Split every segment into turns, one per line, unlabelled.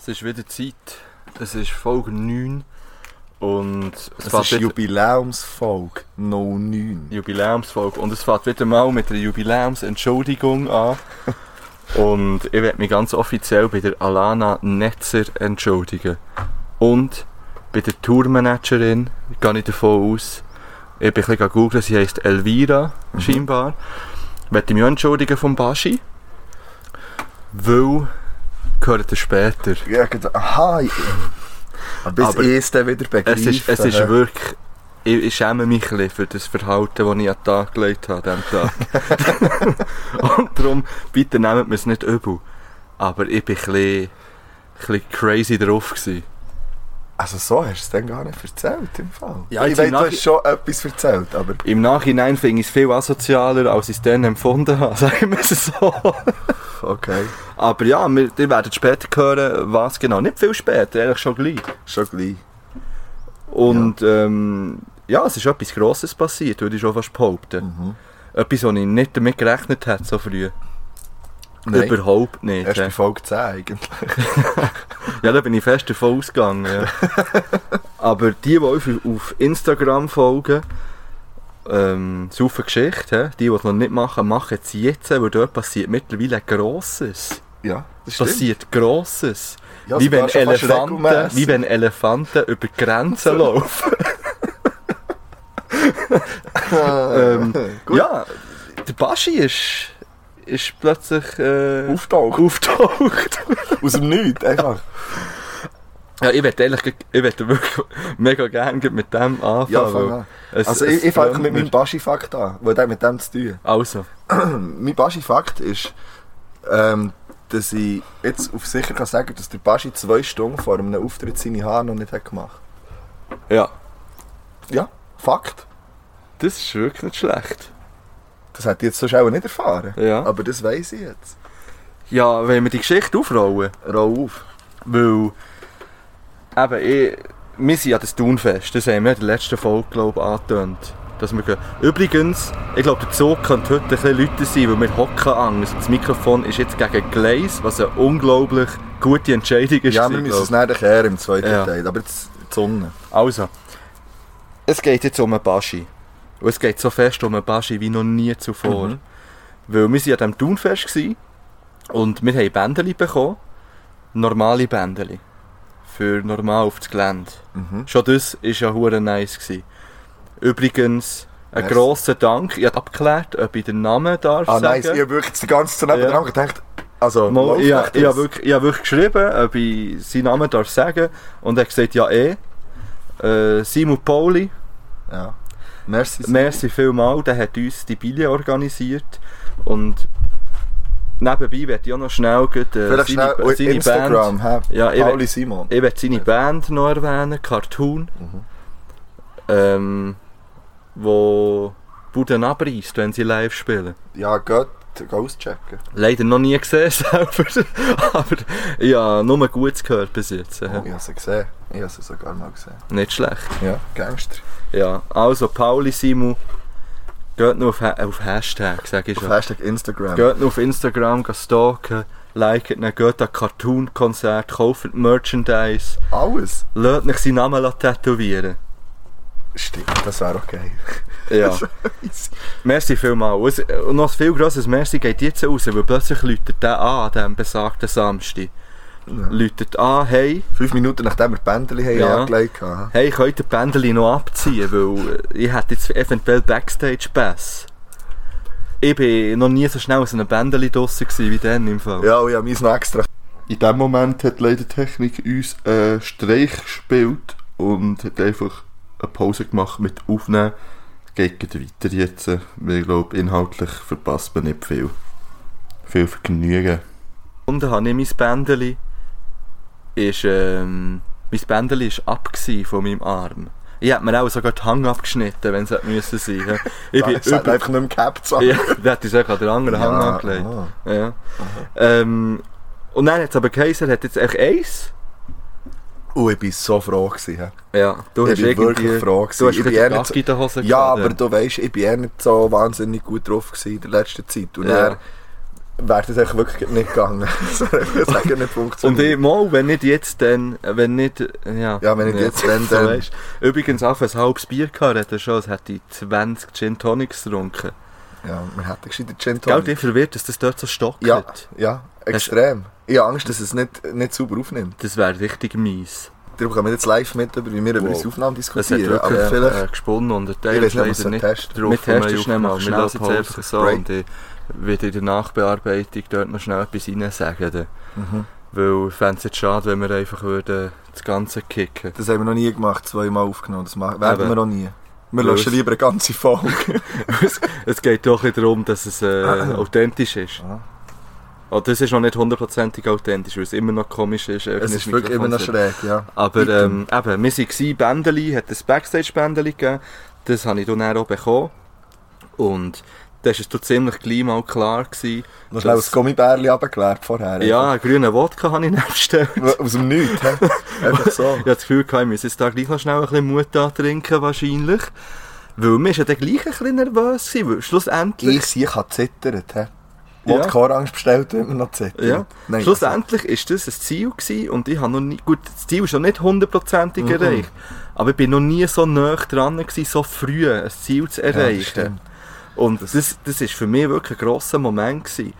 Es ist wieder Zeit. Es ist Folge 9. Und es,
Es
fährt
ist
wieder-
Jubiläumsfolge 09.
Jubiläumsfolge. Und es fängt wieder mal mit einer Jubiläumsentschuldigung an. Und ich werde mich ganz offiziell bei der Alana Netzer entschuldigen. Und bei der Tourmanagerin gehe ich davon aus, ich bin ein bisschen googeln, sie heisst Elvira, scheinbar. Werde ich mich auch entschuldigen vom Baschi. Weil, gehört ihr später.
Ja, genau. aha. ich- Bis
Aber
ich es dann wieder begreife.
Es ist, es ist
hä?
wirklich. Ich, ich schäme mich ein bisschen für das Verhalten, das ich an den Tag gelegt habe an diesem Tag. Und darum, bitte nehmt mir es nicht übel. Aber ich war ein bisschen, ein bisschen crazy drauf. Gewesen.
Also so hast du es dann gar nicht erzählt im Fall.
Ja,
ich
jetzt im
weiß, du
Nachhi-
hast schon etwas erzählt, aber...
Im Nachhinein finde ich es viel asozialer, als ich es dann empfunden habe, sagen wir es so.
Okay,
Aber ja, wir, ihr werdet später hören, was genau. Nicht viel später, eigentlich schon gleich.
schon gleich.
Und ja, ähm, ja es ist etwas Grosses passiert, würde ich schon fast behaupten.
Mhm.
Etwas, was ich nicht damit gerechnet hätte, so früh.
Nein,
Überhaupt nicht.
erst
ja.
bei Folge 10 eigentlich.
Ja, da bin ich fest davon ausgegangen. Ja. Aber die, die auf, auf Instagram folgen, ähm, super Geschichte, hä? die, die es noch nicht machen, machen es jetzt, weil dort passiert mittlerweile Grosses.
Ja, das
Passiert Grosses.
Ja,
wie,
sogar
wenn
schon fast
Elefanten,
regelmässig.
wie wenn Elefanten über die Grenzen laufen. ähm,
Gut.
ja, der Baschi ist, ist plötzlich äh,
Auftauchen.
auftaucht.
Aus dem Nichts, einfach.
Ja, ich werde ehrlich, ge- ich werde wirklich mega gerne gleich mit dem anfangen.
Ja, fang an.
weil es-
Also
es
ich, ich fange
brennt
mit
mir.
meinem Baschi-Fakt an, weil der mit dem zu tun.
Also,
mein Baschi-Fakt ist, ähm, dass ich jetzt auf sicher kann sagen, dass der Baschi zwei Stunden vor einem Auftritt seine Haare noch nicht hat gemacht
ja,
Ja, Fakt.
das ist wirklich nicht schlecht.
Das hätte ich jetzt sonst auch nicht erfahren.
Ja.
Aber das weiß ich jetzt.
Ja, wenn wir die Geschichte aufrollen,
Roll auf.
weil eben, ich, wir sind ja das Thunfest, das haben wir in der letzten Folge, glaube ich, angetönt. Dass wir gehen. Übrigens, ich glaube, der Zug könnte heute ein bisschen Leute sein, weil wir hocken anders. Das Mikrofon ist jetzt gegen Gleis, was eine unglaublich gute Entscheidung ist.
ja, wir
gewesen,
müssen
glaub
es nachher kehren im zweiten
Ja.
Teil. Aber jetzt die Sonne.
Also, es geht jetzt um einen Baschi. Und es geht so fest um einen Baschi wie noch nie zuvor.
Mhm.
Weil wir waren an diesem Thunfest gewesen und wir haben Bändeli bekommen. Normale Bändeli. Für normal auf das Gelände.
Mhm.
Schon das war ja hure nice. Gewesen. Übrigens, einen
Merci.
grossen Dank. Ich habe abgeklärt, ob ich den Namen darf
Ah,
sagen.
nice. Ich habe wirklich die ganze Zeit nebenan
Ja.
gedacht, also,
Mal,
läuft
ich,
echt
habe, ich,
das?
habe wirklich, ich habe wirklich geschrieben, ob ich seinen Namen darf sagen und er hat gesagt, ja eh. Äh, Simon Pauli,
Ja. Merci.
Merci vielmals, der hat uns die Bille organisiert und nebenbei werde ich auch noch schnell gleich, äh,
Vielleicht schnell
Ba-
oh, Instagram,
Band,
hä?
Ja, ich will-
Pauli Simon.
ich werde seine Band noch erwähnen, Cartoon,
Mhm.
ähm, wo Buden abreißt, wenn sie live spielen.
Ja, geht, geht auschecken.
Leider noch nie gesehen selber, aber ja, nur Gutes gehört bis jetzt.
Oh,
ja.
ich habe sie gesehen. Ich habe sie sogar mal gesehen.
Nicht schlecht.
Ja, Gangster.
Ja, also Pauli Simu, geht nur auf, Ha- auf Hashtag, sag ich
Auf
schon.
Hashtag Instagram.
Geht nur auf Instagram, geht stalken, liket ihn, geht an Cartoon-Konzert, kauft Merchandise,
Alles.
lasst euch seinen Namen lassen tätowieren.
Stimmt, das wäre okay.
Ja. merci vielmals. Und es- Und noch ein viel grosses Merci geht jetzt raus, weil plötzlich läutet der an, an diesem besagten Samstag.
Ja.
Läutet an, hey,
Fünf Minuten nachdem wir die Bändchen haben
Ja.
angelegt haben.
hey, könnt ihr die Bändeli noch abziehen, weil äh, ich hätte jetzt eventuell Backstage-Pass. Ich war noch nie so schnell aus einem Bändeli draussen gewesen wie dann im Fall.
Ja, und ich habe meins noch extra.
In dem Moment hat leider die Technik uns einen Streich gespielt und hat einfach eine Pause gemacht mit Aufnehmen. Geht gleich weiter jetzt, weil ich glaube, inhaltlich verpasst man nicht viel. Viel Vergnügen.
gefunden habe ich mein Bändeli, ist, ähm, mein Bändeli ist ab gsi von meinem Arm. Ich hätte mir auch sogar die Hang abgeschnitten, wenn es hätte müssen sein hä? Ich bin
Ich bin
über...
einfach nicht mehr gehabt. so.
Ja, da hätte ich sogar den anderen Hang
Ja,
angelegt.
ah.
Ja. Ähm, und dann hat es aber Kaiser hat jetzt echt eins.
Und Oh, ich war so froh. Gewesen, hä?
Ja, du
Ich
hast
bin
irgendwie...
wirklich froh.
Du
Gewesen.
hast
Ich bin
den
eher nicht
Gag
so-
in der Hose
ja,
gehabt,
aber du weißt, ich bin eher nicht so wahnsinnig gut drauf gewesen in der letzten Zeit. Und
Ja.
dann wäre das eigentlich wirklich nicht gegangen. das hätte eigentlich nicht
Und
funktioniert.
ich, mal, wenn nicht jetzt, dann, wenn nicht, ja.
Ja, wenn nicht jetzt, dann,
So
dann.
weisst. Übrigens, auch ein halbes Bier gehabt, hat er schon, als hätte ich 20 Gin Tonics getrunken.
ja, wir hätten gescheiter
Gell,
Gin Tonic.
dich verwirrt, dass das dort so stockt.
Ja, ja, extrem. Ich habe Angst, dass es nicht, nicht sauber aufnimmt.
Das wäre richtig mies.
Darum kommen wir jetzt live mit, über, wie wir über
Wow.
unsere Aufnahmen
Das hat
diskutieren.
wirklich
Aber
äh,
vielleicht
gesponnen und
ich
erteilt
weiß nicht, was wir testen.
drauf. Mit
Wir
Test ist
machen
nämlich schnell
schnell
jetzt
Pause.
einfach so
Break.
und ich werde in der Nachbearbeitung dort noch schnell etwas rein sagen. Dann.
Mhm.
Weil ich fände es jetzt schade, wenn wir einfach würden das Ganze kicken.
Das haben wir noch nie gemacht, zweimal aufgenommen. Das machen, werden
Eben.
wir noch nie. Wir
Weil
löschen
es-
lieber eine ganze Folge.
Es geht doch ein bisschen darum, dass es äh, authentisch ist.
Ah.
Oh, das ist noch nicht hundertprozentig authentisch, weil es immer noch komisch ist. äh, wenn
Es
das
ist wirklich immer
Mikrofon
noch
sitzt.
schräg, ja.
Aber
Item.
ähm, eben, wir waren Bändeli, hat ein Backstage-Bändeli gegeben. Das habe ich dann auch bekommen. Und das war es ziemlich gleich mal klar. Gewesen.
Noch schnell das Gummibärli abgeklärt vorher.
Ja, einen grünen Wodka habe ich nachgestellt. Ich
Einfach. Aus dem Nichts, hä? Einfach so.
habe das Gefühl, gehabt, ich muss jetzt da gleich noch schnell ein bisschen Mut antrinken, wahrscheinlich. Weil mir war ja dann gleich ein bisschen nervös. Gewesen, weil schlussendlich...
Ich sehe, ich habe zittert, hä?
Ja.
Wodka Orange bestellt, immer noch zittert.
Ja.
Nein,
Schlussendlich ist das ein Ziel gewesen und ich habe noch nie, gut, das Ziel ist noch nicht hundertprozentig
Mhm.
erreicht, aber ich bin noch nie so nah dran gewesen, so früh ein Ziel zu
das
erreichen.
stimmt.
und das, das, ist für mich wirklich ein grosser Moment gewesen.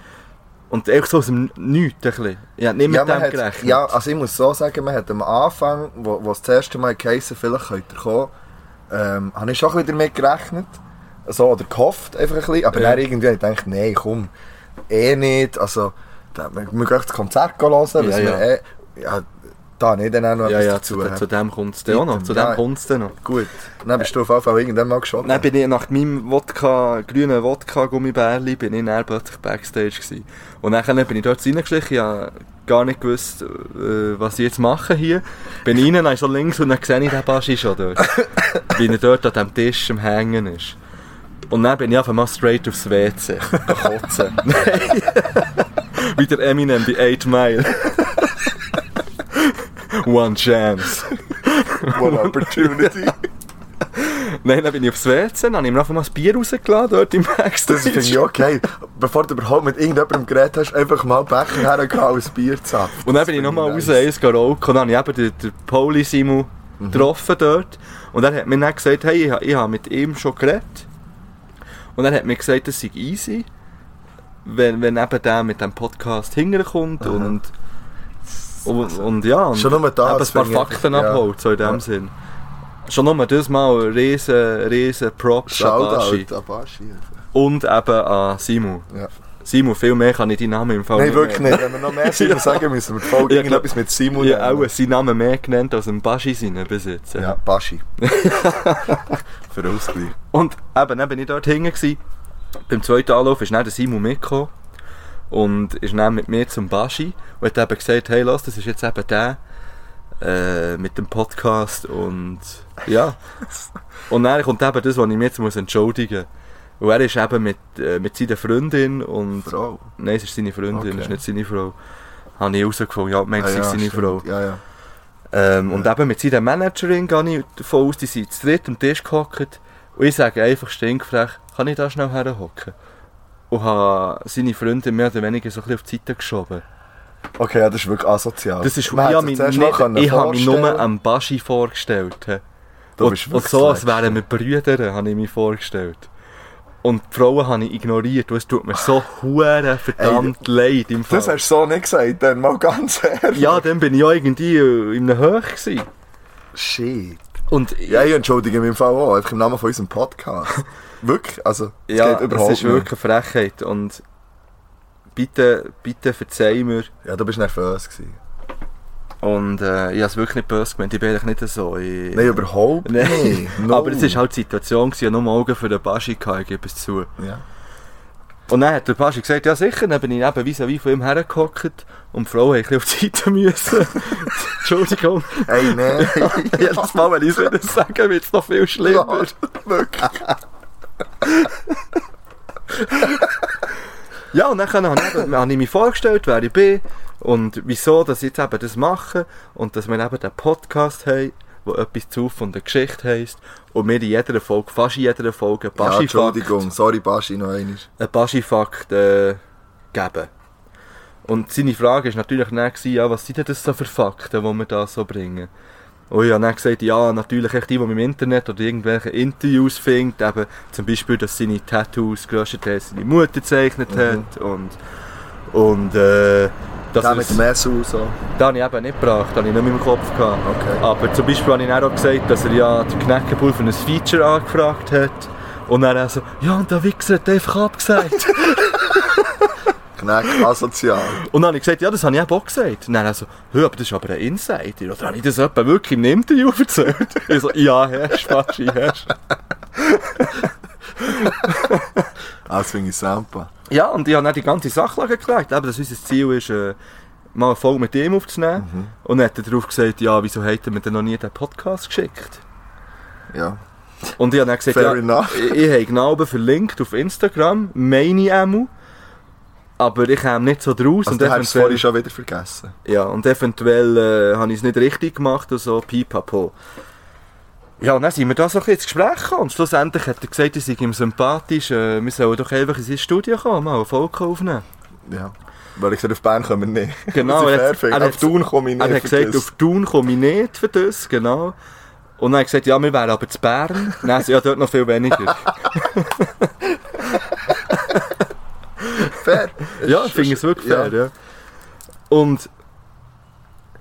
Und echt so aus dem Nichts ein bisschen. Ich habe nicht mit
ja, man
dem
hat,
gerechnet.
ja, also ich muss so sagen, man hat am Anfang, wo, wo es das erste Mal geheissen, vielleicht könnt ihr kommen, ähm, habe ich schon wieder mit gerechnet. So, oder gehofft einfach ein bisschen. Aber
Ja.
dann irgendwie habe ich gedacht, nein, komm, eh nicht. Also, da, wir wir gehen das Konzert hören, weil
Ja,
wir
ja.
eh... Ja, da nicht dann auch noch
ja,
etwas
ja,
dazu.
zu,
hä?
zu dem kommt es dann auch noch. Zu dem
Ja.
kommt's dann noch.
Gut, dann bist du auf jeden Fall irgendwann mal geschossen.
Dann bin ich nach meinem Wodka, grünen Wodka-Gummibärli bin ich dann plötzlich Backstage gewesen. Und dann bin ich dort reingeschlichen, ich habe gar nicht gewusst, äh, was ich jetzt mache hier. Bin rein, dann so links und dann sehe ich den Baschi schon dort. wie er dort an diesem Tisch am Hängen ist. Und dann bin ich einfach mal straight aufs WC. Kotzen. Nein. wie der Eminem bei 8 Mile. One chance.
One opportunity.
Nein, dann bin ich aufs WC, dann habe ich mir einfach mal ein Bier rausgeladen dort im Backstage.
Das finde ich okay. Bevor du überhaupt mit irgendjemandem geredet hast, einfach mal Becher hergehauen, ein Bier zu zapfen.
Und dann bin
Das
ich nochmal
finde
raus eins geraucht und dann habe ich eben den, den Pauli Simu
Mhm.
getroffen dort. Und er hat mir dann gesagt, hey, ich, ha- ich habe mit ihm schon geredet. Und er hat mir gesagt, das sei easy, wenn, wenn eben der mit dem Podcast hinterkommt und, und, und ja, und
Schon nur das
eben ein paar
finde ich
Fakten
einfach- ja.
abholt, so in dem
Ja.
Sinn. Schon nochmal das mal ein riesen, riesen Props an Baschi.
Shoutout an Baschi.
und eben an Simu.
Ja.
Simu, viel mehr kann ich deinen Namen im Fall
Nein,
nicht
wirklich
mehr.
nicht. Wenn wir noch mehr Simon sagen müssen, wir
Ja,
folgen irgendetwas mit Simon.
Ja, auch seinen Namen mehr genannt als ein Baschi seinen Besitzer.
Ja, Baschi.
Für Ausgleich.
Und eben, dann bin ich dort hinten. Gewesen. Beim zweiten Anlauf ist dann der Simon mitgekommen und ist dann mit mir zum Baschi und hat eben gesagt, hey, lass, das ist jetzt eben der äh, mit dem Podcast und ja. und dann kommt eben das, was ich mir jetzt muss entschuldigen muss. Und er ist eben mit, äh, mit seiner Freundin und...
Frau.
Nein, es ist seine Freundin,
Okay.
es ist nicht seine Frau. Habe ich herausgefunden, ja,
Ah,
meinst du, es ist seine
stimmt.
Frau.
Ja, ja.
Ähm, und eben mit seiner Managerin gehe ich davon aus, die sind zu dritt am Tisch gehockt. Und ich sage einfach stinkfrech, kann ich da schnell herhocken? Und habe seine Freunde mehr oder weniger so ein bisschen auf die Seite geschoben.
Okay, ja, das ist wirklich asozial.
Das ist, ich
Man
habe
hätte
mich,
sich zuerst mal können
nicht, ich habe mich nur
vorstellen.
am Baschi vorgestellt. hä.
Du bist
und, und
wirklich
so, als
schlecht.
wären wir Brüder, habe ich mich vorgestellt. Und die Frauen habe ich ignoriert, weil es tut mir so hure verdammt leid im Fall.
Das hast du so nicht gesagt, dann mal ganz ehrlich.
ja, dann bin ich auch irgendwie äh, in einer Höhe gewesen.
Shit.
Und ich-
Ja, ich entschuldige mich im Fall auch, einfach im Namen von unserem Podcast. Wirklich, also, es
Ja,
geht
das
überhaupt
ist wirklich eine Frechheit und bitte, bitte verzeih mir.
nicht. Ja, du bist nervös gewesen.
Und äh, ich habe es wirklich nicht böse gemeint, ich bin eigentlich nicht so. Ich,
Nein, überhaupt
Nein.
nicht. No.
Aber es war halt die Situation, gewesen, ich hatte nur Augen für den Baschi, gehabt, ich gebe es zu.
Ja.
Und dann hat der Baschi gesagt, ja sicher, dann bin ich eben vis-à-vis von ihm hergehockt und die Frau hat ein bisschen auf die Seite müssen. Entschuldigung,
Ey, nein.
jedes Mal, wenn ich es wieder sage, wird es noch viel schlimmer.
Wirklich.
Ja, und dann habe ich, eben- habe ich mich vorgestellt, wer ich bin und wieso dass ich jetzt eben das mache und dass wir eben den Podcast haben, wo etwas zu von der Geschichte heisst und wir in jeder Folge, fast in jeder Folge,
Ja,
einen
Entschuldigung, sorry Baschi, noch einmal.
Baschi-Fakt äh, geben. Und seine Frage war natürlich dann, gewesen, ja, was sind denn das so für Fakten, die wir da so bringen? Und ich habe dann gesagt, ja, natürlich echt die, die man im Internet oder irgendwelche Interviews findet, eben zum Beispiel, dass seine Tattoos grösstenteils seine Mutter gezeichnet hat und, und äh, dass
Der mit
es-
dem Messer und so.
das habe ich eben nicht gebracht, das habe ich nicht mehr im Kopf gehabt.
Okay.
Aber zum Beispiel habe ich dann auch gesagt, dass er ja den Knäckebull für ein Feature angefragt hat. Und dann also, ja, und der Wichser hat einfach abgesagt.
Knack, asozial.
und dann habe ich gesagt, ja, das habe ich eben auch gesagt. Und dann also, hör, aber das ist aber ein Insider. Oder habe ich das jemandem wirklich im Interview erzählt? ich so, ja, herrsch, Fatschi, herrsch.
Ah, Das finde ich Sampa.
Ja, und ich habe dann die ganze Sachlage geklärt, eben, dass unser Ziel ist, äh, mal eine Folge mit ihm aufzunehmen.
Mhm.
Und dann hat er darauf gesagt, ja, wieso hat er mir denn noch nie den Podcast geschickt?
Ja.
Und ich habe dann gesagt,
Fair
ja,
enough.
ich, ich habe genau oben verlinkt auf Instagram, meine ich einmal. Aber ich kam nicht so draus.
Also,
und
du hast es vorhin
eventuell,
schon wieder vergessen.
ja, und eventuell äh, habe ich es nicht richtig gemacht und so, pipapo. Ja, und dann sind wir da so ein bisschen ins Gespräch gekommen. Und schlussendlich hat er gesagt, ich sei ihm sympathisch, äh, wir sollen doch einfach in sein Studio kommen, mal eine Folge aufnehmen.
Ja. Weil ich gesagt auf Bern kommen wir nicht.
Genau,
Das ist
er hat-
fair finde.
er hat-
auf Thun komme ich nicht.
Er hat gesagt,
vergiss.
auf Thun komme ich nicht für das, genau. Und dann hat er gesagt, ja, wir wären aber zu Bern. Nein, ja, dort noch viel weniger.
Fair.
ja, ich finde es wirklich
Ja.
fair, ja. Und...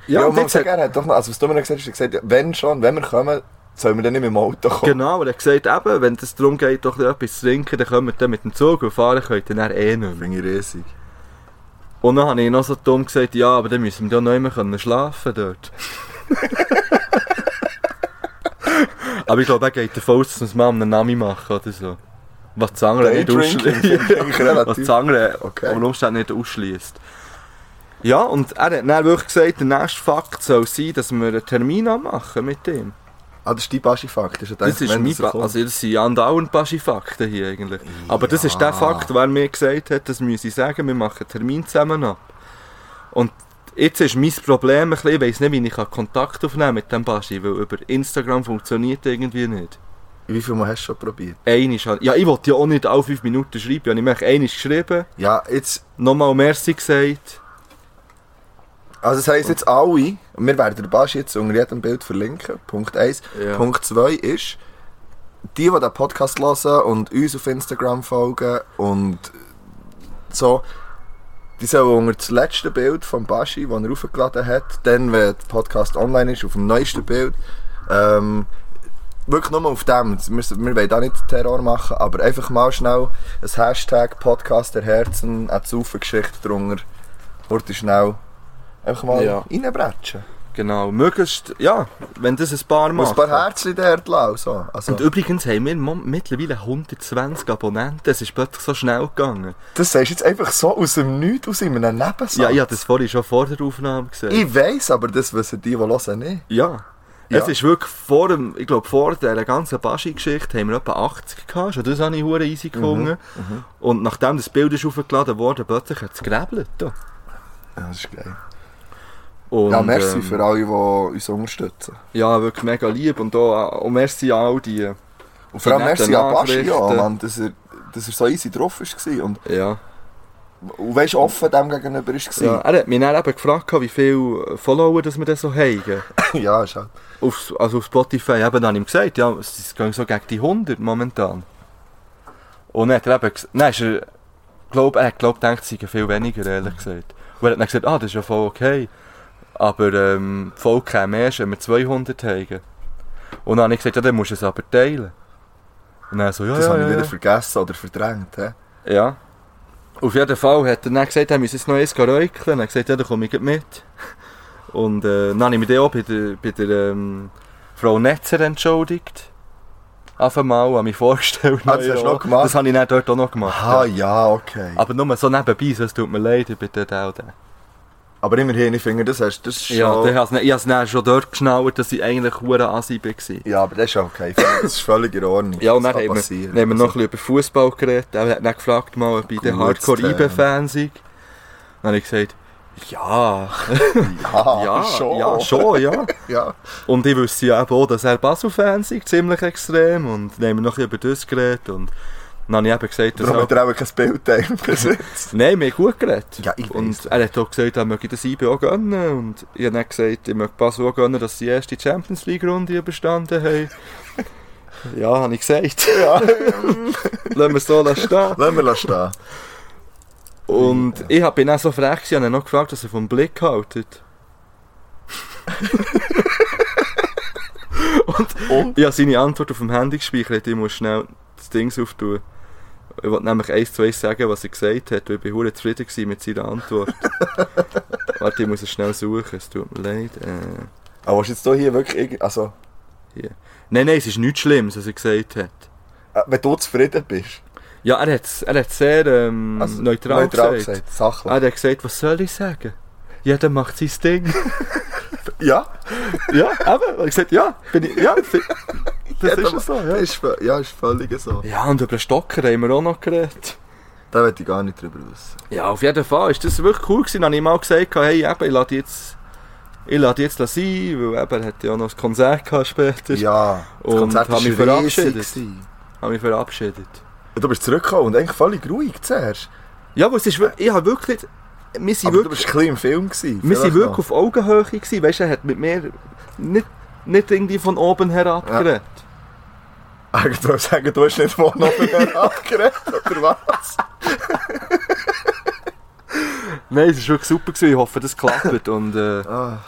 Ja,
Ja, und
man
jetzt
sagt,
hat,
er hat doch noch, also was du mir noch gesagt hast, hast du gesagt, wenn schon, wenn wir kommen, sollen wir dann nicht mit dem Auto kommen.
genau, und er hat gesagt, eben, wenn es darum geht, doch etwas zu trinken, dann kommen wir dann mit dem Zug und fahren könnt ihr dann eh nicht mehr.
Finde ich riesig.
Und dann habe ich noch so dumm gesagt, ja, aber dann müssen wir ja noch immer können schlafen dort. aber ich glaube, er geht davon aus, dass wir es mal einen Nami machen oder so. Was die anderen nicht
Daydrinking
ausschließt.
finde
was
ich relativ.
das andere
Okay.
unter Umständen nicht ausschließt. Ja, und er hat dann wirklich gesagt, der nächste Fakt soll sein, dass wir einen Termin anmachen mit ihm.
Ah, das ist dein Baschi-Fakt. Das ist,
Das ist mein Fakt. Also, das sind ja andauernd Baschi-Fakten hier eigentlich. Aber das ist der
Ja.
Fakt, der mir gesagt hat, das muss ich sagen, wir machen einen Termin zusammen ab. Und jetzt ist mein Problem ein bisschen, ich weiss nicht, wie ich Kontakt aufnehmen kann mit dem Baschi, weil über Instagram funktioniert irgendwie nicht.
Wie viel Mal hast du schon probiert?
Einmal, habe- ja, ich wollte ja auch nicht alle fünf Minuten schreiben, ja, ich habe einmal geschrieben,
Ja, jetzt,
nochmal Merci gesagt.
also das heisst jetzt alle, wir werden den Baschi jetzt unter jedem Bild verlinken, Punkt 1.
Ja.
Punkt 2 ist, die, die den Podcast hören und uns auf Instagram folgen und so, die sollen unter das letzte Bild von Baschi, das er aufgeladen hat, dann, wenn der Podcast online ist, auf dem neuesten Bild, ähm, wirklich nur auf dem, wir, wir wollen da nicht Terror machen, aber einfach mal schnell ein Hashtag Podcast der Herzen, eine Zaufengeschichte drunter, heute schnell einfach mal
Ja.
reinbretschen.
Genau, möglichst, ja, wenn das ein paar
Und
Mal.
ein paar Herzchen dort lassen, so. also.
Und übrigens haben wir mom- mittlerweile 120 Abonnenten. Es ist plötzlich so schnell gegangen.
Das sagst du jetzt einfach so aus dem Nichts, aus einem Nebensatz.
Ja, ich habe das vorhin schon vor der Aufnahme gesagt.
Ich weiss, aber das wissen die, die hören, nicht.
ja.
Ja.
Es ist wirklich vor dem, ich glaube, vor dieser ganzen Baschi-Geschichte haben wir etwa 80 gehabt. Schon das habe ich hure
Mhm,
easy gefunden. Und nachdem das Bild ist aufgeladen wurde, plötzlich hat es gerebelt. da.
Ja, das ist geil.
Und,
ja, merci
ähm,
für alle, die uns unterstützen.
Ja, wirklich mega lieb. Und auch, und merci an all die.
Und vor allem
die netten
merci an Basti, ja,
Nachrichten.
Mann, dass er, dass er so easy drauf war und,
Ja.
und weißt, offen dem gegenüber war.
ja. Er hat mich dann eben gefragt, wie viele Follower dass wir denn so haben.
ja ist halt.
auf, also auf Spotify eben, dann habe ich ihm gesagt, ja, es es gehen so gegen die 100 momentan. Und dann hat er eben, ges- dann ist er, glaub, er hat glaub, gedacht, es seien viel weniger, ehrlich gesagt. Und er hat dann gesagt, ah, das ist ja voll okay. Aber ähm, die Folge käme erst, wenn wir 200 haben. Und dann habe ich gesagt, ja, dann musst du es aber teilen. Und dann so, ja,
Das
ja,
habe ich
ja,
wieder
ja.
vergessen oder verdrängt. He?
Ja. Auf jeden Fall hat er dann gesagt, er müsse jetzt noch eins räucheln. Er hat gesagt, ja, dann komme ich gleich mit. Und äh, dann habe ich mich dann auch bei der, bei der ähm, Frau Netzer entschuldigt. Auf einmal habe ich mich vorgestellt.
Ah, das hast du noch gemacht?
Das habe ich dann dort auch noch gemacht.
Aha,
Ah, ja. Ah.
ja, okay.
Aber nur so nebenbei, so, es tut mir leid, ich bin dort auch da.
Aber immerhin, ich finde, das hast das ist schon...
Ja, dann habe ich es dann schon dort geschnallt, dass ich eigentlich hure assi war.
ja, aber das ist okay. Das ist völlig in Ordnung.
Ja, und
Das
dann
kann
haben wir,
passieren. also.
dann haben wir noch ein bisschen über Fußball geredet. Er hat dann gefragt, mal, ob ich der
Gutes Thema.
Hardcore-IB-Fan sei. Dann habe ich gesagt, ja,
Ja,
ja,
Ah, schon.
ja, schon, ja.
Ja.
Und ich wüsste ja eben auch, dass er Basel-Fan ist, ziemlich extrem. Und dann haben wir noch ein bisschen über das geredet. Und Dann habe ich eben gesagt, dass
Darum
auch,
hat er auch kein Bild im Besitz.
Nein, wir haben gut geredet.
Ja, ich weiss
Und er hat auch gesagt, er möge das IB auch gönnen. Und ich habe dann gesagt, ich möchte Basel auch gönnen, dass sie die erste Champions League-Runde überstanden haben. ja, habe ich gesagt.
ja,
Lassen wir es so stehen.
lassen wir das stehen.
Und ich hab- bin auch so frech, gewesen, habe ihn noch gefragt, dass er vom Blick haltet.
Und?
Ich habe seine Antwort auf dem Handy gespeichert, ich muss schnell das Ding auftun. Ich wollte nämlich eins zu eins sagen, was er gesagt hat, weil ich bin verdammt zufrieden gewesen mit seiner Antwort. Warte, ich muss es schnell suchen, es tut mir leid. Äh.
Aber was jetzt du hier wirklich. irgend- Also,
Nein, nein, es ist nichts Schlimmes, was er gesagt hat.
äh, wenn du zufrieden bist.
Ja, er hat er hat's sehr ähm,
Also,
neutral, gesagt.
Sachlich.
Er hat gesagt, was soll ich sagen? Jeder macht sein Ding. Ah.
Ja,
ja, eben. Er hat gesagt, ja, bin ich, ja, fi- das
Jeder
ist es so, ja.
ist, vö- ja, ist völlig so.
Ja, und über den Stocker haben wir auch noch geredet.
Da will ich gar nicht drüber wissen.
Ja, auf jeden Fall ist das wirklich cool gewesen. Dann habe ich mal gesagt, hey, eben, ich lasse jetzt, ich lasse jetzt das sein, weil eben, er hat ja noch ein Konzert gehabt später.
Ja,
Und haben mich
riesig
verabschiedet.
gewesen.
Habe mich verabschiedet.
Du bist zurückgekommen und eigentlich völlig ruhig zuerst.
Ja, aber es ist, wir- ich habe wirklich, wir sind
Aber
wirklich,
du bist ein bisschen im Film gewesen.
wir sind
vielleicht
wirklich auf
noch.
Augenhöhe gewesen. Weißt du, er hat mit mir nicht, nicht irgendwie von oben herab
Ja.
geredet.
Eigentlich wollte ich sagen, du hast nicht vorhin noch mehr abgeredet, oder was?
Nein, es war wirklich super gewesen. Ich hoffe, das klappt und, äh,
Ah.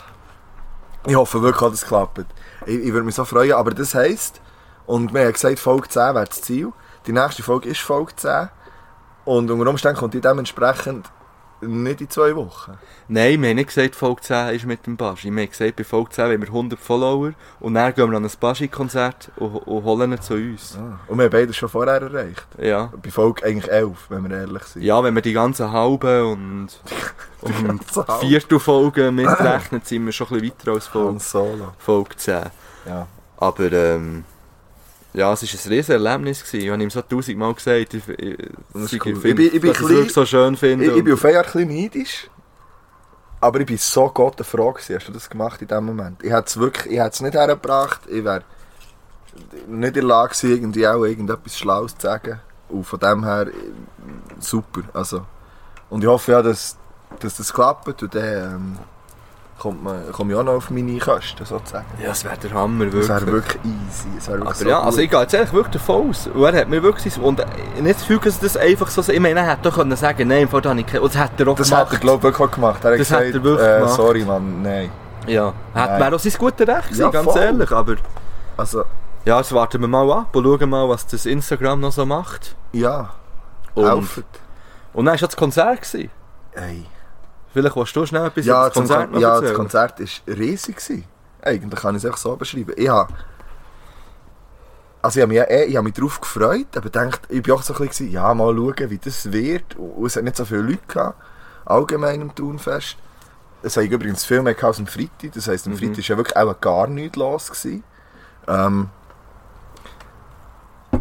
Ich hoffe wirklich, dass es klappt. Ich, ich würde mich so freuen, aber das heisst, und wir haben gesagt, Folge 10 wäre das Ziel. Die nächste Folge ist Folge 10. Und unter Umständen kommt die dementsprechend nicht in zwei Wochen.
Nein, wir haben nicht gesagt, Folge 10 ist mit dem Baschi. Wir haben gesagt, bei Folge 10 haben wir 100 Follower und dann gehen wir an ein Baschi-Konzert und, und holen ihn zu uns.
Ah. Und wir haben beide schon vorher erreicht.
Ja.
Bei Folge eigentlich 11, wenn wir ehrlich sind.
Ja, wenn wir die ganzen halben und, und
ganzen halben.
Viertelfolgen mitrechnen, sind wir schon ein bisschen weiter als Folge,
Und solo.
Folge 10.
Ja.
Aber ähm, ja, es war ein riesen Erlebnis. Gewesen. Ich habe ihm so tausendmal gesagt, ich, ich,
Das ist
ich,
cool.
finde,
Ich bin- ich bin
dass ich es
klein-
wirklich so schön finde.
Ich, ich
und-
bin auf einen Jahr ein bisschen neidisch. Aber ich bin so Gott der Frage, gewesen, hast du das gemacht in dem Moment? Ich hätte es wirklich, ich hätte es nicht hergebracht, ich wäre nicht in der Lage gewesen, irgendwie auch irgendetwas Schlaues zu sagen. Und von dem her, eh, super. Also, und ich hoffe ja, dass, dass das klappt und dann ähm, kommt man, komme ich auch noch auf meine Kosten, sozusagen.
ja, es wäre der Hammer, wirklich.
Das wäre wirklich easy. Das wäre wirklich
Aber
so
ja,
gut.
also ich gehe jetzt eigentlich wirklich davon aus. Und er hat mir wirklich... Und nicht zu fügen, dass das einfach so... Ich meine, er hätte doch können sagen nein, im Fall da habe ich keine... Und das hätte er auch
das
gemacht.
hat er glaube ich wirklich auch gemacht. Er hat
Das hat
gesagt,
er wirklich
äh,
gemacht.
sorry Mann, nein.
Ja. Hätte
Nein.
wäre auch sein gutes Recht gewesen,
Ja,
ganz
voll.
ehrlich. Aber
Also,
ja, jetzt warten wir mal ab und schauen mal, was das Instagram noch so macht.
ja,
Und,
helft.
und dann war ja das Konzert. Gewesen.
Hey.
Vielleicht willst du schnell etwas
Ja,
über das
zum
Konzert
Kon
noch
ja das
erzählen.
Konzert war riesig. Gewesen. Eigentlich kann ich es einfach so beschreiben. Ich habe, also ich habe mich, ja eh- ich habe mich darauf gefreut, aber gedacht, ich war auch so ein bisschen, ja, mal schauen, wie das wird. Und es hat nicht so viele Leute gehabt, allgemein im Thunfest. Es haben übrigens viel mehr gehabt als am Freitag, das heisst, am
Mhm.
Freitag war ja wirklich auch gar nichts los. Gewesen. Ähm,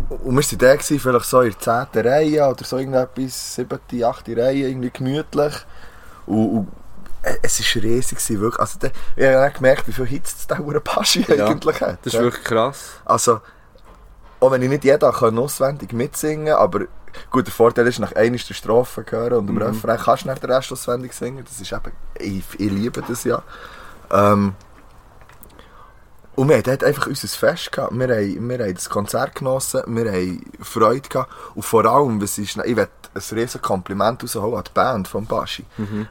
und wir waren da, gewesen, vielleicht so in der 10. Reihe oder so irgendetwas, 7., 8. Reihe, irgendwie gemütlich. Und, und äh, es war riesig, gewesen, wirklich. Also, da, ich habe dann gemerkt, wie viel Hitze das dauernde Paschi
Ja,
eigentlich hat.
Das ist
ja.
wirklich krass.
Also, auch wenn ich nicht jeder kann auswendig mitsingen aber gut, der Vorteil ist, nach einer der Strophe hören und im
Mhm.
Refrain kannst du nicht den Rest auswendig singen. Das ist eben, ich, ich liebe das ja. Ähm, und wir hatten dort einfach unser Fest. Gehabt. Wir, haben, wir haben das Konzert genossen, wir haben Freude gehabt. Und vor allem, was ist, ich will ein riesen Kompliment rausholen an die Band von Baschi.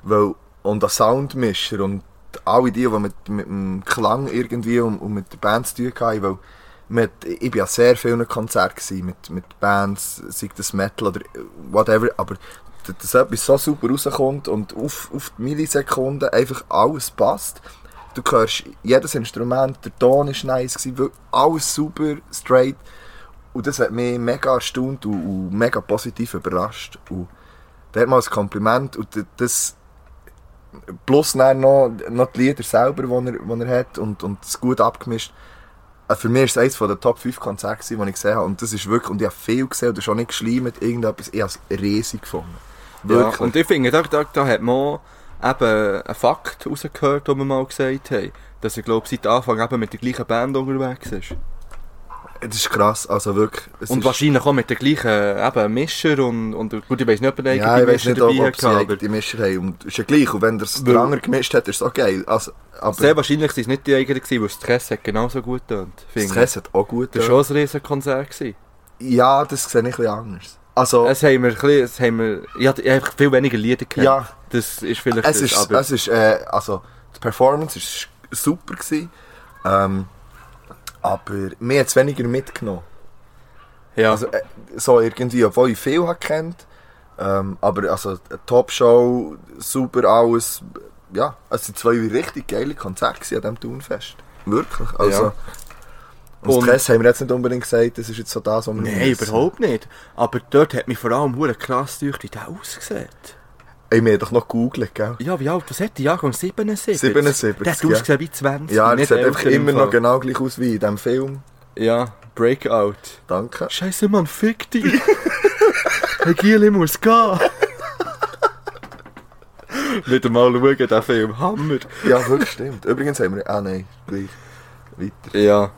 Weil, und an Soundmischer und alle die, die mit, mit dem Klang irgendwie und, und mit der Band zu tun hatten, weil mit, ich bin an sehr vielen Konzerten gewesen, mit, mit Bands, sei das Metal oder whatever, aber d- dass etwas so super rauskommt und auf, auf die Millisekunden einfach alles passt. Du hörst jedes Instrument, der Ton ist nice, gewesen, wirklich alles super, straight. Und das hat mich mega erstaunt und, und mega positiv überrascht. Und dort mal ein Kompliment und d- das plus dann noch, noch die Lieder selber, die er, die er hat und, und es gut abgemischt. Äh, Für mich war es eines der Top 5 Konzerte, gewesen, die ich gesehen habe. Und das ist wirklich, und ich habe viel gesehen und schon nicht geschleimt, irgendetwas. Ich habe es riesig gefunden.
Ja,
Wirklich.
und ich finde, da, da, da hat man auch eben einen Fakt rausgehört, den wir mal gesagt haben. Dass er, glaube ich, seit Anfang eben mit der gleichen Band unterwegs ist.
Das ist krass, also wirklich. es
Und
ist-
wahrscheinlich auch mit den gleichen äh, eben, Mischer und, und gut, ich weiß nicht, ob er
Ja, ich weiß nicht, ob, ob sie
aber
eigene Mischer haben. Und ist ja gleich. Und wenn der
Weil-
Stranger gemischt hat, ist es auch geil. Also, aber
sehr wahrscheinlich waren es nicht die eigenen, gewesen, weil Stress hat genauso gut tönt.
das
finde ich.
Käse hat auch gut.
Das war schon ein riesen Konzert. Gewesen.
Ja, das sehe ich ein bisschen anders. Also, es,
Es haben wir, ein bisschen- es haben wir, ich hatte ich habe einfach viel weniger Lieder gehabt.
ja,
Das ist vielleicht
es
das,
ist, es ist äh, also, die Performance ist super gewesen. Ähm, aber mir hat es weniger mitgenommen.
ja.
Also, äh, so irgendwie, obwohl ich viel habe kennt. Ähm, aber also, eine Top-Show, super alles. Ja, es waren zwei richtig geile Konzerte gewesen an diesem Turnfest. Wirklich. Also,
Ja.
Und,
Und-
und das haben wir jetzt nicht unbedingt gesagt, das ist jetzt so das, was wir
Nein,
müssen.
überhaupt nicht. Aber dort hat mich vor allem hure krass gedacht, wie der aussieht.
Ey, wir haben doch noch gegoogelt, gell?
Ja, wie alt? Was hat der Jahrgang? 77?
77,
Der hat
gell?
ausgesehen wie 20.
Ja, er
nicht
sieht
älter
einfach
im
immer
Fall.
noch genau gleich aus wie in diesem Film.
Ja, Breakout.
Danke.
Scheiße, Mann, fick dich! Herr Giel, ich muss gehen! Wieder mal schauen, den Film. Hammer!
Ja, wirklich stimmt. Übrigens haben wir. Ah nein, gleich. Weiter.
Ja.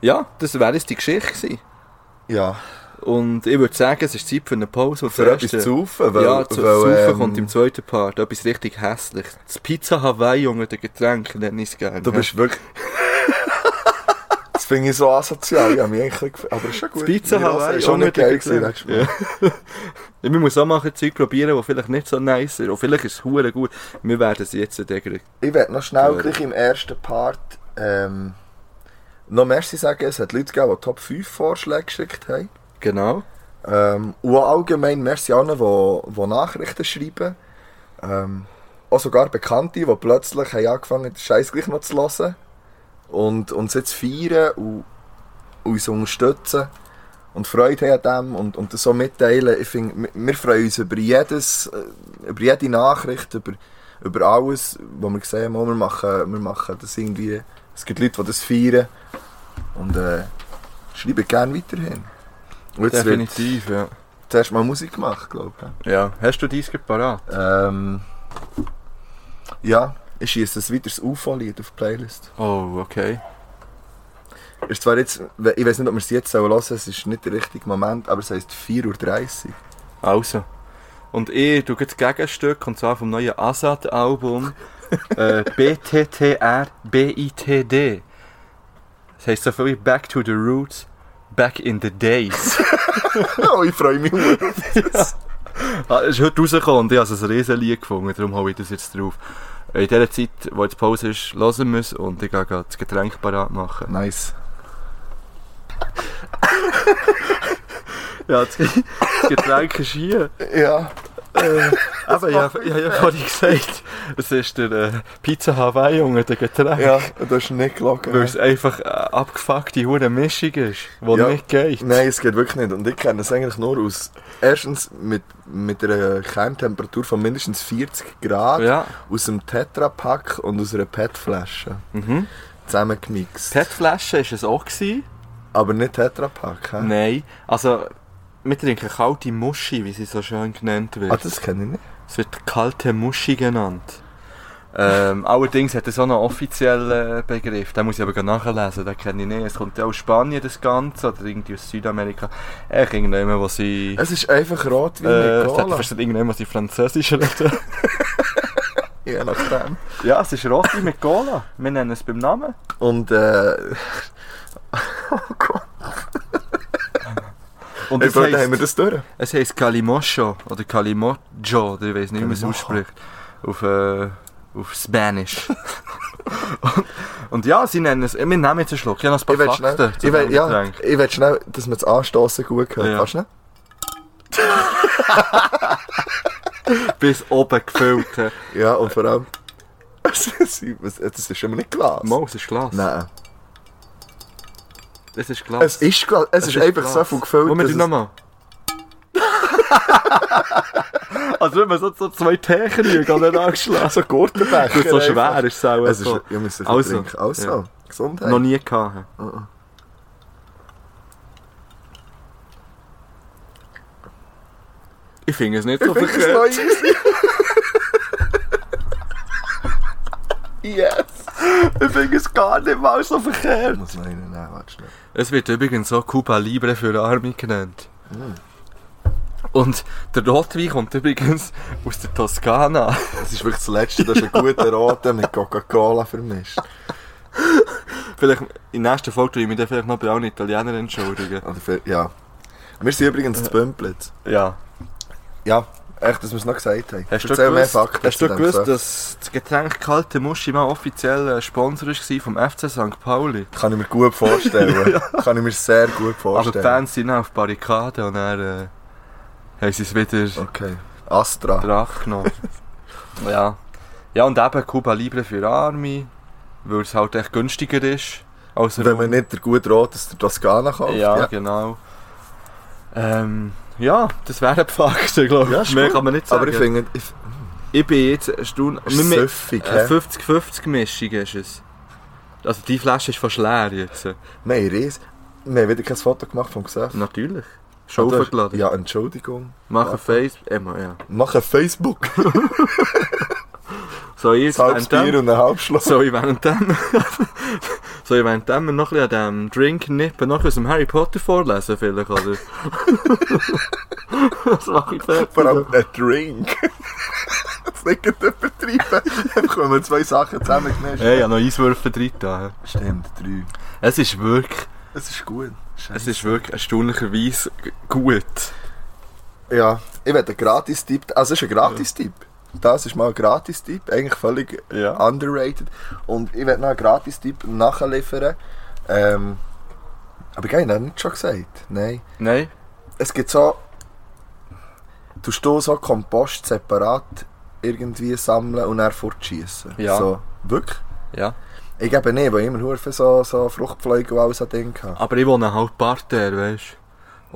Ja, das wäre jetzt die Geschichte gewesen.
Ja,
Und ich würde sagen, es ist Zeit für eine Pause. Und
für
das
etwas
Erste-
zu saufen, weil,
ja, zu
weil,
Saufen
ähm,
kommt im zweiten Part etwas richtig hässliches. Das Pizza Hawaii unter den Getränken nenne ich es gerne.
Du bist wirklich. das finde ich so asozial. Ja, mich eigentlich. gef- Aber ist schon gut.
Das Pizza
Wir
Hawaii
hören- schon
ohne
nicht geil
Pizza.
gewesen letztes Mal.
Ich muss auch mal ein Zeug probieren, das vielleicht nicht so nice ist. Und vielleicht ist es hure gut. Wir werden es jetzt degradierten.
Ich werde noch schnell
Gut.
gleich im ersten Part ähm, noch Merci sagen. Es hat Leute gegeben, die Top 5 Vorschläge geschickt haben.
Genau.
Ähm, und auch allgemein merci allen, die, die Nachrichten schreiben. Ähm, auch sogar Bekannte, die plötzlich haben angefangen haben, den Scheiß gleich noch zu hören. Und uns jetzt feiern und uns unterstützen. Und Freude haben an dem und, und das so mitteilen. Ich finde, wir- wir freuen uns über jedes, äh, über jede Nachricht, über, über alles, was wir sehen. Oh, wir machen, wir machen das irgendwie. Es gibt Leute, die das feiern. Und äh, schreiben gerne weiterhin. Und jetzt wird-
Definitiv, ja.
zuerst mal Musik gemacht, glaube ich.
Ja. Hast du dies gerade parat?
Ähm, ja, ich schieße ein weiteres UFO-Lied auf die Playlist.
Oh, okay.
Ist zwar jetzt, ich weiß nicht, ob wir es jetzt hören sollen, es ist nicht der richtige Moment, aber es heisst 4.30 Uhr.
Also. Und ich tue jetzt das Gegenstück, und zwar vom neuen Assad-Album. äh, BTTR BITD. Das heisst so viel wie Back to the Roots, Back in the Days.
Oh, ich freue mich. sehr.
Ah, Es ist heute rausgekommen und ich habe es ein Riesenlied gefunden, darum habe ich das jetzt drauf. Äh, In der Zeit, wo jetzt Pause ist, hören wir es und ich gehe gerade das Getränk parat machen.
nice.
Ja, das das Getränk ist hier.
Ja. Äh,
Aber ich habe ich habe ja vorhin gesagt, es ist der äh, Pizza Hawaii unter den Getränken.
Ja, du hast nicht gelogen.
Weil es einfach äh, abgefuckte hure Mischung ist, die
Ja.
nicht geht.
Nein, es geht wirklich nicht. Und ich kenne es eigentlich nur aus. Erstens mit, mit einer Kerntemperatur von mindestens 40 Grad,
Ja.
aus einem Tetra-Pack und aus einer PET-Flasche.
Mhm.
Zusammengemixt.
PET-Flasche war es auch. Gewesen.
Aber nicht Tetrapack, hä?
Nein. Also, wir trinken kalte Muschi, wie sie so schön genannt wird.
Ah, das kenne ich nicht.
Es wird kalte Muschi genannt. Ähm, allerdings hat es auch einen offiziellen Begriff, den muss ich aber gleich nachlesen, den kenne ich nicht. Es kommt ja aus Spanien das Ganze oder irgendwie aus Südamerika. Äh, Ich irgendjemand, was sie.
Es ist einfach rot wie
Äh,
äh,
ich hätte
Cola.
fast irgendjemand, was sie Französisch reden.
Je nachdem.
ja, es ist Roti mit Cola. Wir nennen es beim Namen.
Und äh,
Und
ich
es
glaube, da haben wir
heisst,
das durch.
es heisst Calimocho oder Calimocho, oder ich weiß nicht, wie man es
Calimocho.
ausspricht. Auf, äh, auf Spanisch. und, und ja, sie nennen es. Wir nehmen jetzt einen Schluck. Ich habe noch ein
Ich will
paar
schnell,
Fakten. zu
ich will,
diesem
ja,
Getränk.
ich will schnell, dass man das Anstoßen gut hört.
Ja.
Kannst du nicht?
bis oben gefüllt. hä?
Ja, und vor allem. das ist schon mal nicht Glas.
Mal, es ist Glas.
Nein.
Es ist Glas.
Es ist Glas. Es, ist, einfach
Glas.
so viel gefüllt.
Moment, ich
dass es-
nochmal. also wenn man so, so zwei Techen liegen an den angeschlagen.
so Gurtenbecher.
Das ist so
einfach.
schwer, ist es auch.
Es ist,
so.
ich muss es
Also,
also, trinken. Also,
ja.
Gesundheit.
Noch nie gehabt.
Oh,
Ich finde es nicht so
Ich finde es
verkehrt.
noch easy. Yes!
Ich finde es gar nicht mal so verkehrt.
Muss man einen nehmen, warte schnell.
Es wird übrigens auch Cuba Libre für Arme genannt.
Hm.
Und der Rotwein kommt übrigens aus der Toskana.
Das ist wirklich das Letzte, das ist ein guter Roten mit Coca-Cola vermischt.
Vielleicht in der nächsten Folge tue ich mich dann vielleicht noch bei allen Italienern entschuldigen.
Oder für, ja. Wir sind übrigens zu Bümplitz.
Ja.
Ja, echt, dass wir es noch gesagt haben.
Hast du
Erzähl mehr
gewusst,
Fakten
hast
zu
du
dem
gewusst
Fest.
dass das Getränk Kalte Muschi mal offiziell ein Sponsor war vom FC St. Pauli?
Kann ich mir gut vorstellen. Kann ich mir sehr gut
Aber die
vorstellen.
Fans sind auch auf Barrikaden und dann äh, haben sie es wieder
Okay. Astra.
drauf genommen. ja. ja, und eben Cuba Libre für Arme, weil es halt echt günstiger ist. Als
Wenn man nicht der gute Rot aus der Toskana kauft.
ja, genau. Ähm, ja, das wären die Fakten, glaube
Ja,
ich.
ist
Mehr
gut.
kann man nicht sagen.
Aber ich finde, ich,
ich bin jetzt erstaunt.
es ist
Wir-
süffig.
Eine
hä?
50-50-Mischung ist es. Also die Flasche ist fast leer jetzt.
Wir haben riesig. Wir haben wieder kein Foto gemacht vom Gesöff.
Natürlich. Schon
Oder-
aufgeladen.
Ja, Entschuldigung.
Mach
Ja.
ein Face. Immer, ja.
Mach ein Facebook.
So, jetzt
Ein halbes
während
Bier
dem,
und ein halbes Schluss.
so, ich während dem, so, ich während dem noch ein bisschen an dem Drink nippen, noch aus dem Harry Potter vorlesen vielleicht, oder? das mache ich fertig.
Vor allem ein Drink. das nicht gerade übertreiben. Dann kommen zwei Sachen zusammengemischt.
Hey, ich habe noch Eiswürfel drin da.
Stimmt, drei.
Es ist wirklich,
Es ist gut.
es ist wirklich erstaunlicherweise g- gut.
Ja, ich werde einen Gratis-Tipp. Also, es ist ein Gratis-Tipp. Das ist mal ein Gratis-Tipp. Eigentlich völlig
Ja.
underrated. Und ich werde noch einen Gratis-Tipp nachliefern. Ähm, aber ich habe ihn nicht schon gesagt. Nein.
Nein?
Es gibt so. Tust du so Kompost separat irgendwie sammeln und dann fortschießen?
Ja.
So, wirklich?
Ja.
Ich gebe nicht, weil ich immer für so, so Fruchtfleuge und alles an Ding hatte.
Aber ich wohne halt parterre, weißt du?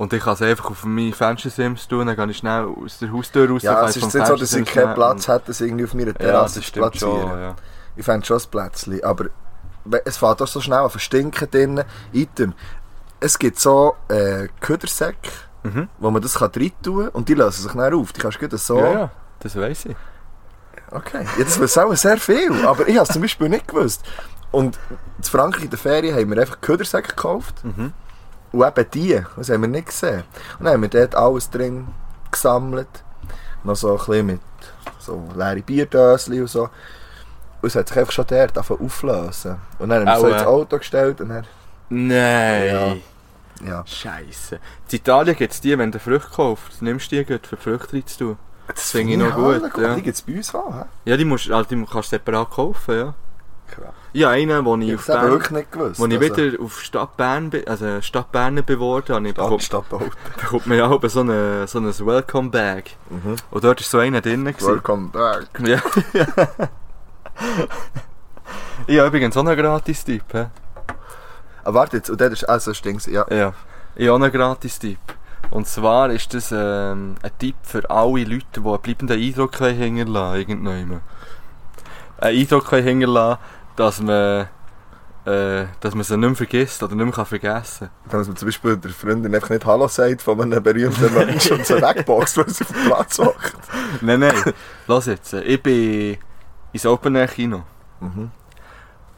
Und ich kann es einfach auf meine Fenstersims tun, dann gehe ich schnell aus der Haustür raus.
Ja,
kann
es
ich vom
ist nicht so, dass ich
Fenstersims
keinen
nehmen
Platz
und-
hätte, das irgendwie auf meiner
Ja, das
Terrasse zu
stimmt
platzieren.
schon, ja.
Ich fände schon ein Plätzchen, aber we- es fährt auch so schnell an Verstinken drin. Item. Es gibt so äh, Ködersäcke,
Mhm.
wo man das kann rein tun kann und die lösen sich dann auf. Die kannst du gut so...
Ja, ja, das weiss ich.
Okay. Jetzt wissen auch sehr viel, aber ich habe es zum Beispiel nicht gewusst. Und in Frankreich in der Ferien haben wir einfach Ködersäcke gekauft.
Mhm.
Und eben die, das haben wir nicht gesehen. Und dann haben wir dort alles drin gesammelt. Noch so ein bisschen mit so leeren Bierdöschen und so. Und es hat sich einfach schon dort angefangen auflösen. Und dann haben wir so
Aua.
ins Auto gestellt und dann...
Nein!
Ja.
Scheiße. In Italien gibt es die, wenn du Früchte kaufst, nimmst du die gut, für die Früchte rein zu tun.
Das
finde ich noch gut, ja.
Die gibt es bei uns auch, hä?
Ja, die, musst, also die kannst du separat kaufen, ja.
Krass.
Ja, einen, den ich,
Ich
auf
habe es
Bern,
wirklich also- nicht gewusst.
wo ich wieder auf Stadt Bern, bin- also Stadt Bern beworben habe, ich
Also,
bekomme,
Stadt Auto.
bekommt man ja auch so ein so eine Welcome-Bag.
Mhm.
Und dort war so einer drin. gewesen.
Welcome back.
Ja. ich habe übrigens auch einen Gratis-Tipp. hä?
Aber warte jetzt, und dort ist also Stings, ja.
Ja. Ich habe auch einen Gratis-Tipp. Und zwar ist das ähm, ein Tipp für alle Leute, die einen bleibenden Eindruck wollen hinterlassen irgendjemand. Einen Eindruck wollen hinterlassen, dass man, äh, dass man sie nicht mehr vergisst oder nicht mehr kann vergessen
Dann muss man zum Beispiel der Freundin einfach nicht Hallo sagt von einem berühmten Menschen und so wegboxt, weil sie auf dem Platz hockt.
kann. Nein, nein. Lass jetzt. Ich bin ins Open Air Kino.
Mhm.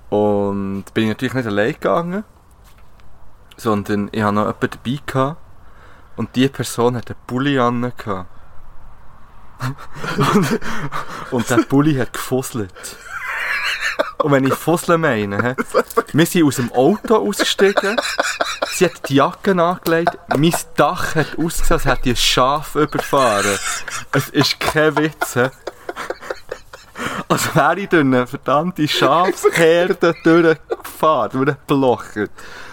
Und bin ich natürlich nicht allein gegangen, sondern ich hatte noch jemanden dabei. Gehabt, und diese Person hatte einen Pulli an. gehabt. und, und der Pulli hat gefusselt. Und wenn ich fusseln meine, hä, wir sind aus dem Auto ausgestiegen, sie hat die Jacke angelegt, mein Dach hat ausgesehen, als hätte ich ein Schaf überfahren. Es ist kein Witz. hä. Als wäre ich durch eine verdammte Schafsherde durchgefahren, durch einen Blocher.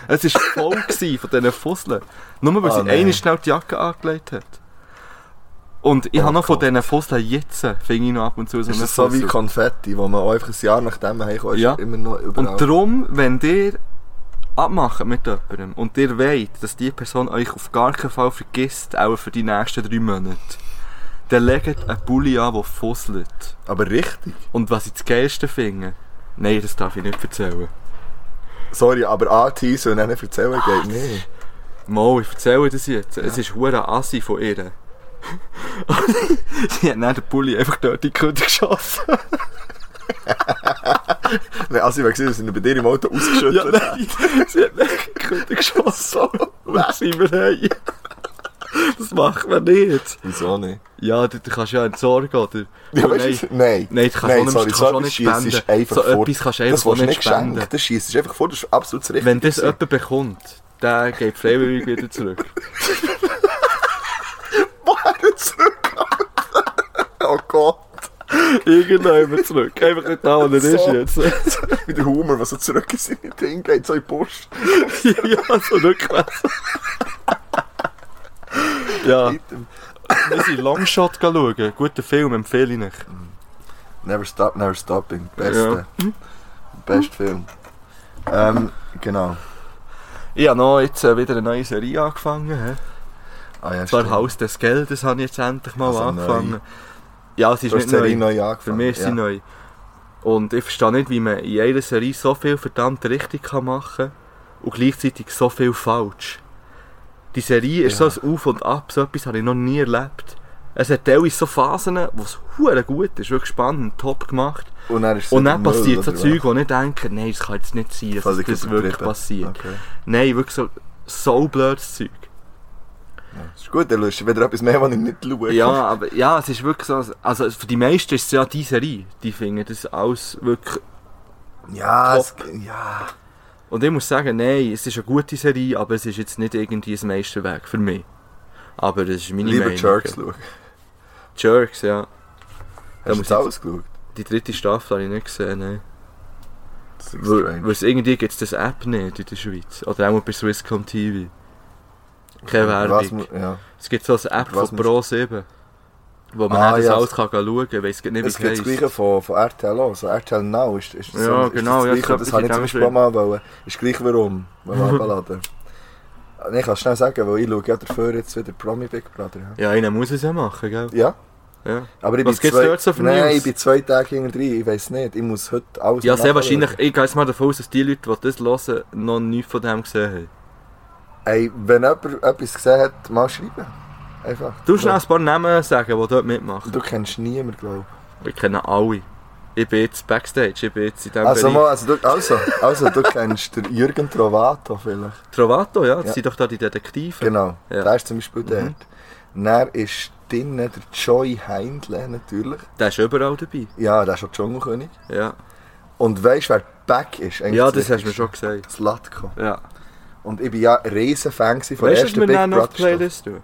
Es war voll gewesen von diesen Fusseln. Nur weil
Ah,
sie
nein.
eine schnell die Jacke angelegt hat. Und ich
Oh
habe noch von
Gott.
diesen Fusseln jetzt, finde ich noch ab und zu so
Ist
einen
das so wie
Fussel.
Konfetti, wo man auch einfach ein Jahr nachdem heimkommt, ist
Ja.
immer noch überall.
Und darum, wenn ihr abmacht mit jemandem und ihr wollt, dass die Person euch auf gar keinen Fall vergisst, auch für die nächsten drei Monate, dann legt einen Pulli an, der fusselt.
Aber richtig.
Und was ich das Geilste finde, nein, das darf ich nicht erzählen.
Sorry, aber anteasen und dann erzählen
Ah,
geht nicht.
Mal, ich erzähle das jetzt. Es ist hure Assi von ihr. Sie hat dann den Pulli einfach dort in die Künde geschossen.
Nein, also ich gesehen, sind bei dir im Auto
Ja, ne.
ausgeschüttet.
nein, sie hat nicht Köder geschossen. Was sind wir hey? Das macht man nicht.
Wieso nicht?
Ja, du, du kannst ja entsorgen, oder?
Ja,
Aber
weißt du, nein.
Nein, du kannst auch nicht- du kannst auch nicht
etwas schiessest
spenden.
Einfach
So
vor.
etwas kannst du
das
einfach
willst du
nicht
nicht geschenkt.
spenden.
Das schießt ist einfach vor, das ist absolut richtig.
Wenn das jemand bekommt, der geht freiwillig wieder zurück.
Woher zurück? oh Gott.
Irgendjemand zurück. Einfach nicht da, wo er
So.
ist jetzt.
Wie der Humor, was so zurück in seine Dinge geht, so in die Post.
ja, so rückwärts. ja, wir sind Longshot schauen. Guter Film, empfehle ich nicht.
Never Stop, Never Stopping. Beste. Best Film. Ähm, genau.
Ich habe noch jetzt äh, wieder eine neue Serie angefangen. He.
Ah, ja,
Das war
stimmt.
Haus des Geldes, habe ich jetzt endlich mal
Also
angefangen.
neu.
Ja, es ist
Du hast
nicht
die Serie
neu.
neu
Für
angefangen.
mich ist sie
ja.
neu. Und ich verstehe nicht, wie man in einer Serie so viel verdammt richtig kann machen kann und gleichzeitig so viel falsch. Die Serie ist
Ja.
so ein Auf und Ab, so etwas habe ich noch nie erlebt. Es hat teilweise so Phasen, wo es hure gut ist, wirklich spannend, top gemacht.
Und dann, ist sie
Und dann
Müll,
passiert so
oder
Zeug, wo ich denke, nein, das kann jetzt nicht sein, dass
Völlig
das
übertrieben.
wirklich
was?
passiert.
Okay.
Nein, wirklich so, so blödes Zeug.
Ist gut, dann schaust du wieder etwas mehr, was ich nicht schaue.
Ja, aber ja, es ist wirklich so, also für die meisten ist es ja die Serie, die finden das alles wirklich
Ja, es,
Top.
ja.
Und ich muss sagen, nein, es ist eine gute Serie, aber es ist jetzt nicht irgendwie ein Meisterwerk für mich. Aber das ist meine
Lieber
Meinung.
Jerks schauen.
Jerks, ja.
Hast du
muss
das
ich-
alles geschaut?
Die dritte Staffel habe ich nicht gesehen, nein.
Das ist
Weil
strange.
weil es irgendwie gibt es das App nicht in der Schweiz. Oder auch bei Swisscom TV. Keine
Mhm. Was
Werbung.
mu- ja.
Es gibt so eine App
Was
von
muss-
Pro7, wo man
Ah,
dann das
ja.
alles kann schauen kann, weil es nicht, wie
Es
es
gibt das
heisst.
gleiche von, von RTL auch. Also So RTL Now ist, ist
Ja,
so,
genau, ja,
ist
das
das, gleiche.
hab
das habe
ich
ich zum
auch
Beispiel auch
gesehen.
mal wollen. Ist gleich warum, wenn wir abladen. Ah, Nee, ich kann schnell sagen, weil ich schaue ja dafür jetzt wieder Promi Big Brother. Ja.
Ja, einer muss es ja machen, gell?
ja.
Ja,
Aber ich
Was
bin
gibt's
zwei,
dort so für
Nein,
News?
ich bin zwei Tage hinter drin, ich weiß nicht. Ich muss heute alles
ja sehr
nachschauen.
wahrscheinlich. Ich gehe jetzt mal davon aus, dass die Leute, die das hören, noch nichts von dem gesehen haben.
Ey, wenn jemand etwas gesehen hat, mal schreiben. Einfach.
Du schnell ein paar Namen sagen, die dort mitmachen.
Du kennst niemanden, glaube
Wir kennen alle. Ich bin jetzt Backstage, ich bin jetzt in
ich.
diesem
Also,
Bereich.
mal, also, du, also, also, du kennst den Jürgen Trovato vielleicht.
Trovato, ja, das
Ja.
sind doch da die Detektive.
Genau,
Ja.
der ist zum Beispiel
Mhm.
dort. Dann ist drinnen der Joy Heindle natürlich.
Der ist überall dabei.
Ja, der ist schon Dschungelkönig.
Ja,
Und weißt du, wer back ist? Eigentlich
ja
das
das hast du mir
Wichtigste.
schon gesagt.
Zlatko.
Ja.
Und ich bin ja ein riesen Fan gewesen von der
Weißt du,
ersten
was
Big
wir dann
Brother
auf die
Staffel.
Playlist tun?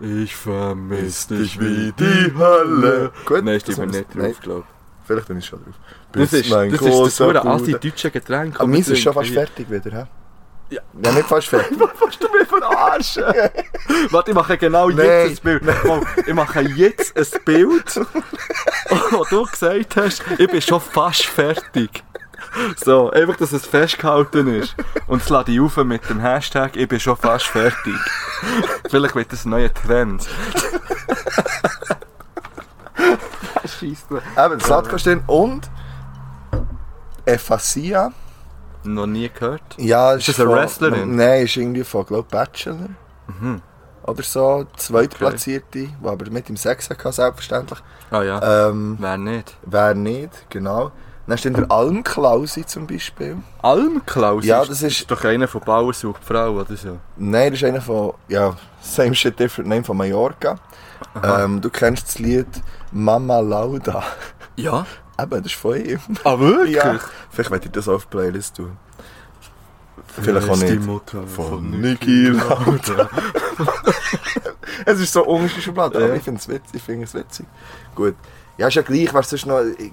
Ich vermiss
dich wie die Hölle.
Gut,
Gut, Also,
Nein, stimmt
das
mir
haben
nicht
wir-
drauf, glaube
Vielleicht bin ich schon drauf.
ich. Das ist das, ist das
großer
pure
Bruder.
alte deutsche Getränk.
Aber meins ist schon fast
was
fertig wieder, hä?
Ja.
Ja, nicht fast fertig.
Willst du mich verarschen? Warte, ich mache genau
Nein.
jetzt ein Bild. Mal, ich mache jetzt ein Bild, wo du gesagt hast, ich bin schon fast fertig. So, einfach, dass es festgehalten ist. Und das lade ich auf mit dem Hashtag, ich bin schon fast fertig. Vielleicht wird das ein neuer Trend. Scheisse.
Eben, Zlatko ist drin und Effasia.
Noch nie gehört?
Ja,
das eine
von-
Wrestlerin?
Nein, ist irgendwie von, glaube Bachelor. Mhm. Oder so, zweitplatzierte, die aber mit im Sex hatte, selbstverständlich.
Ah ja,
Ähm,
wer nicht?
wer nicht, genau. Dann steht der Almklausi zum Beispiel.
Almklaus
Ja, das ist-
doch einer von Bauer sucht Frau oder so.
Nein, das ist einer von, ja, same shit, different name von Mallorca. Ähm, du kennst das Lied Mama Lauda.
Ja.
Eben, das ist von ihm.
Ah, wirklich?
Ja. Vielleicht werde ich das auf die Playlist tun. Vielleicht auch nicht.
Mutter
Niki Lauda. es ist so ungeschrieben, aber
Ja.
ich finde es witzig, ich finde es witzig. Gut. Ja, ist ja gleich, was sonst noch ich,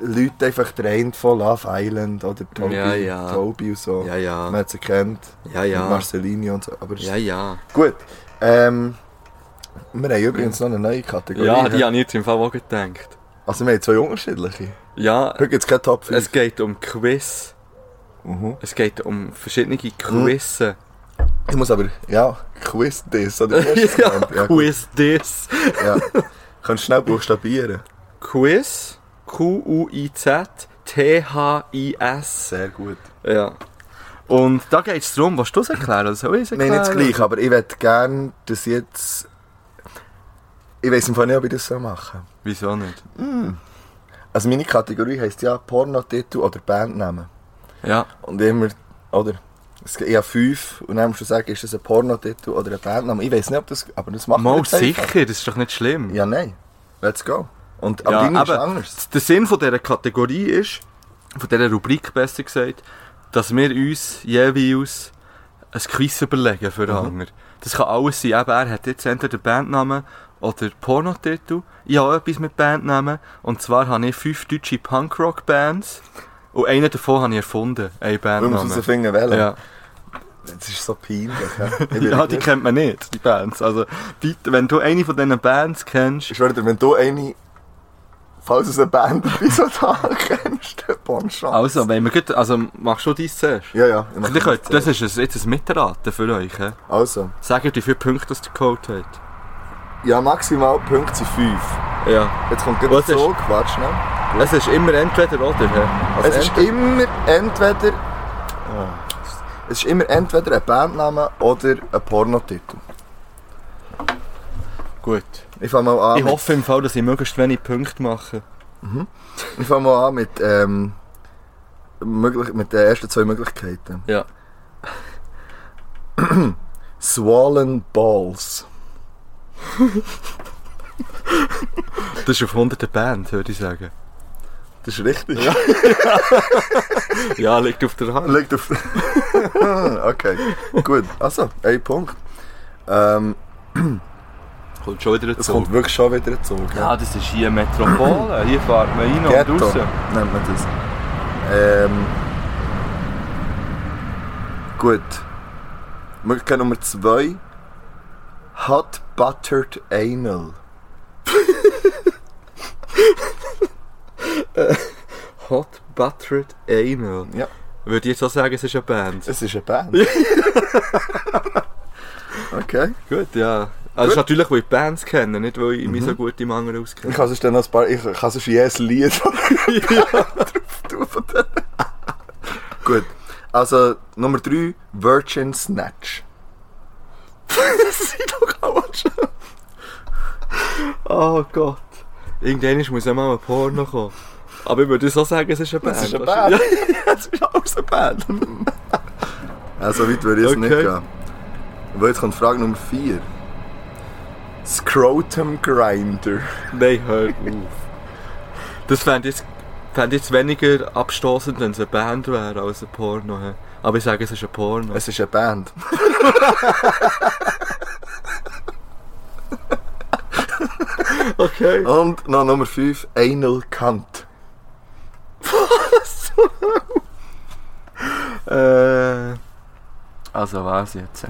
Leute einfach trennt von Love Island oder Toby,
Ja, ja.
Toby und so.
Ja,
Man
ja.
hat sie kennt.
Ja, ja.
Marcelini und so. Aber es-
Ja, ja.
gut. Ähm, wir haben übrigens noch eine neue Kategorie. ne?
Ja, die habe ich jetzt im Fall auch gedacht.
Also wir haben zwei unterschiedliche.
Ja,
Heute gibt es keine Top 5.
es geht um Quiz.
Mhm.
Es geht um verschiedene Quizze.
Ich muss aber, ja, Quiz this oder wie hast du es
ja,
genannt? Hm. Ja, gut.
Quiz this.
Ja. Kannst du schnell buchstabieren.
Quiz. Q-U-I-Z. T-H-I-S.
Sehr gut.
Ja. Und da geht es darum, was du es erklären oder soll ich es
Nein,
erklären?
nicht das gleiche, aber ich würde gerne, dass jetzt. Ich weiß im Fall nicht, ob ich das so machen
Wieso nicht?
soll. Also meine Kategorie heisst ja Pornotitel oder Bandnamen.
Ja,
Und immer, oder? Es gibt ja fünf und dann musst du sagen, ist das ein Pornotitel oder ein Bandname. Ich weiß nicht, ob das, aber das macht man
mal
jetzt einfach.
sicher, das ist doch nicht schlimm.
Ja, nein. Let's go. Und aber
Ja,
deine ist
aber-
anders.
Der Sinn von dieser Kategorie ist, von dieser Rubrik besser gesagt, dass wir uns jeweils ein Quiz überlegen für den
Mhm.
anderen. Das kann alles sein. Eben, er hat jetzt entweder den Bandnamen oder Pornotitel. Ich habe auch etwas mit Bandnamen. Und zwar habe ich fünf deutsche Punkrock-Bands. Und einen davon habe ich erfunden. Ein
Du musst
Bandname.
herausfinden, welchen.
Ja.
Das ist so peinlich. Ja, Ich bin
ja, die
wirklich-
kennt man nicht, die Bands. Also, bitte, wenn du eine von diesen Bands kennst,
Ich schwöre dir, wenn du eine, falls es eine Band bis so da kennst, dann Bonchance.
also, wenn wir gut, also machst du dein zuerst.
Ja, ja. ich mach
Ich könnte,
das.
das ist ein, jetzt ein Mitraten für euch. He?
Also,
Sagt, wie viele Punkte das der Code hat.
ja, maximal Punkte sind 5.
Ja.
Jetzt kommt
Was
gerade
ist-
so Quatsch, ne?
Es ist immer entweder oder. He? Also
es ist immer entweder. Ah. Es ist immer entweder ein Bandname oder ein Pornotitel.
Gut.
Ich fange mal an.
Ich
mit-
hoffe im Fall, dass ich möglichst wenig Punkte mache.
Ich fange mal an mit, ähm, möglich, mit den ersten zwei Möglichkeiten.
Ja.
Swollen Balls.
Das ist auf 100 Band, würde ich sagen.
Das ist richtig. Ja.
Ja, liegt auf der Hand.
Liegt auf. okay, gut. Also, ein Punkt. Ähm,
Kommt schon wieder ein
es kommt
Zug.
wirklich schon wieder ein Zug.
Ja, das ist hier Metropole. Hier fahren wir rein und
Ghetto
raus.
nennt man das. Ähm, gut. Möglichkeit Nummer 2. Hot Buttered Anal.
Hot Buttered Anal.
Ja.
Würde ich jetzt auch sagen, es ist eine Band.
Es ist eine Band. okay.
Gut, Mhm. ja. Also,
Gut.
natürlich, weil ich Bands kenne, nicht weil ich mich so gut im anderen auskenne.
Ich kann sonst dann noch ein paar... Ich kann sonst jedes Lied von drauf tun von denen. Gut. Also, Nummer 3. Virgin Snatch.
Das sind doch auch schon. Oh Gott. Irgendwann muss ja mal ein Porno kommen. Aber ich würde so sagen, es ist eine Band.
Es ist eine Band.
es ist alles eine Band.
Also weit würde ich es nicht
Okay.
gehen. Aber jetzt kommt Frage Nummer 4. Scrotum Grinder.
Nein, hör auf. Das fände ich, jetzt- fänd ich jetzt weniger abstoßend, wenn es eine Band wäre, als ein Porno. hä? Aber ich sage, es ist ein Porno.
Es ist eine Band.
okay.
Und noch Nummer 5, Anal Cunt.
Äh, also was jetzt?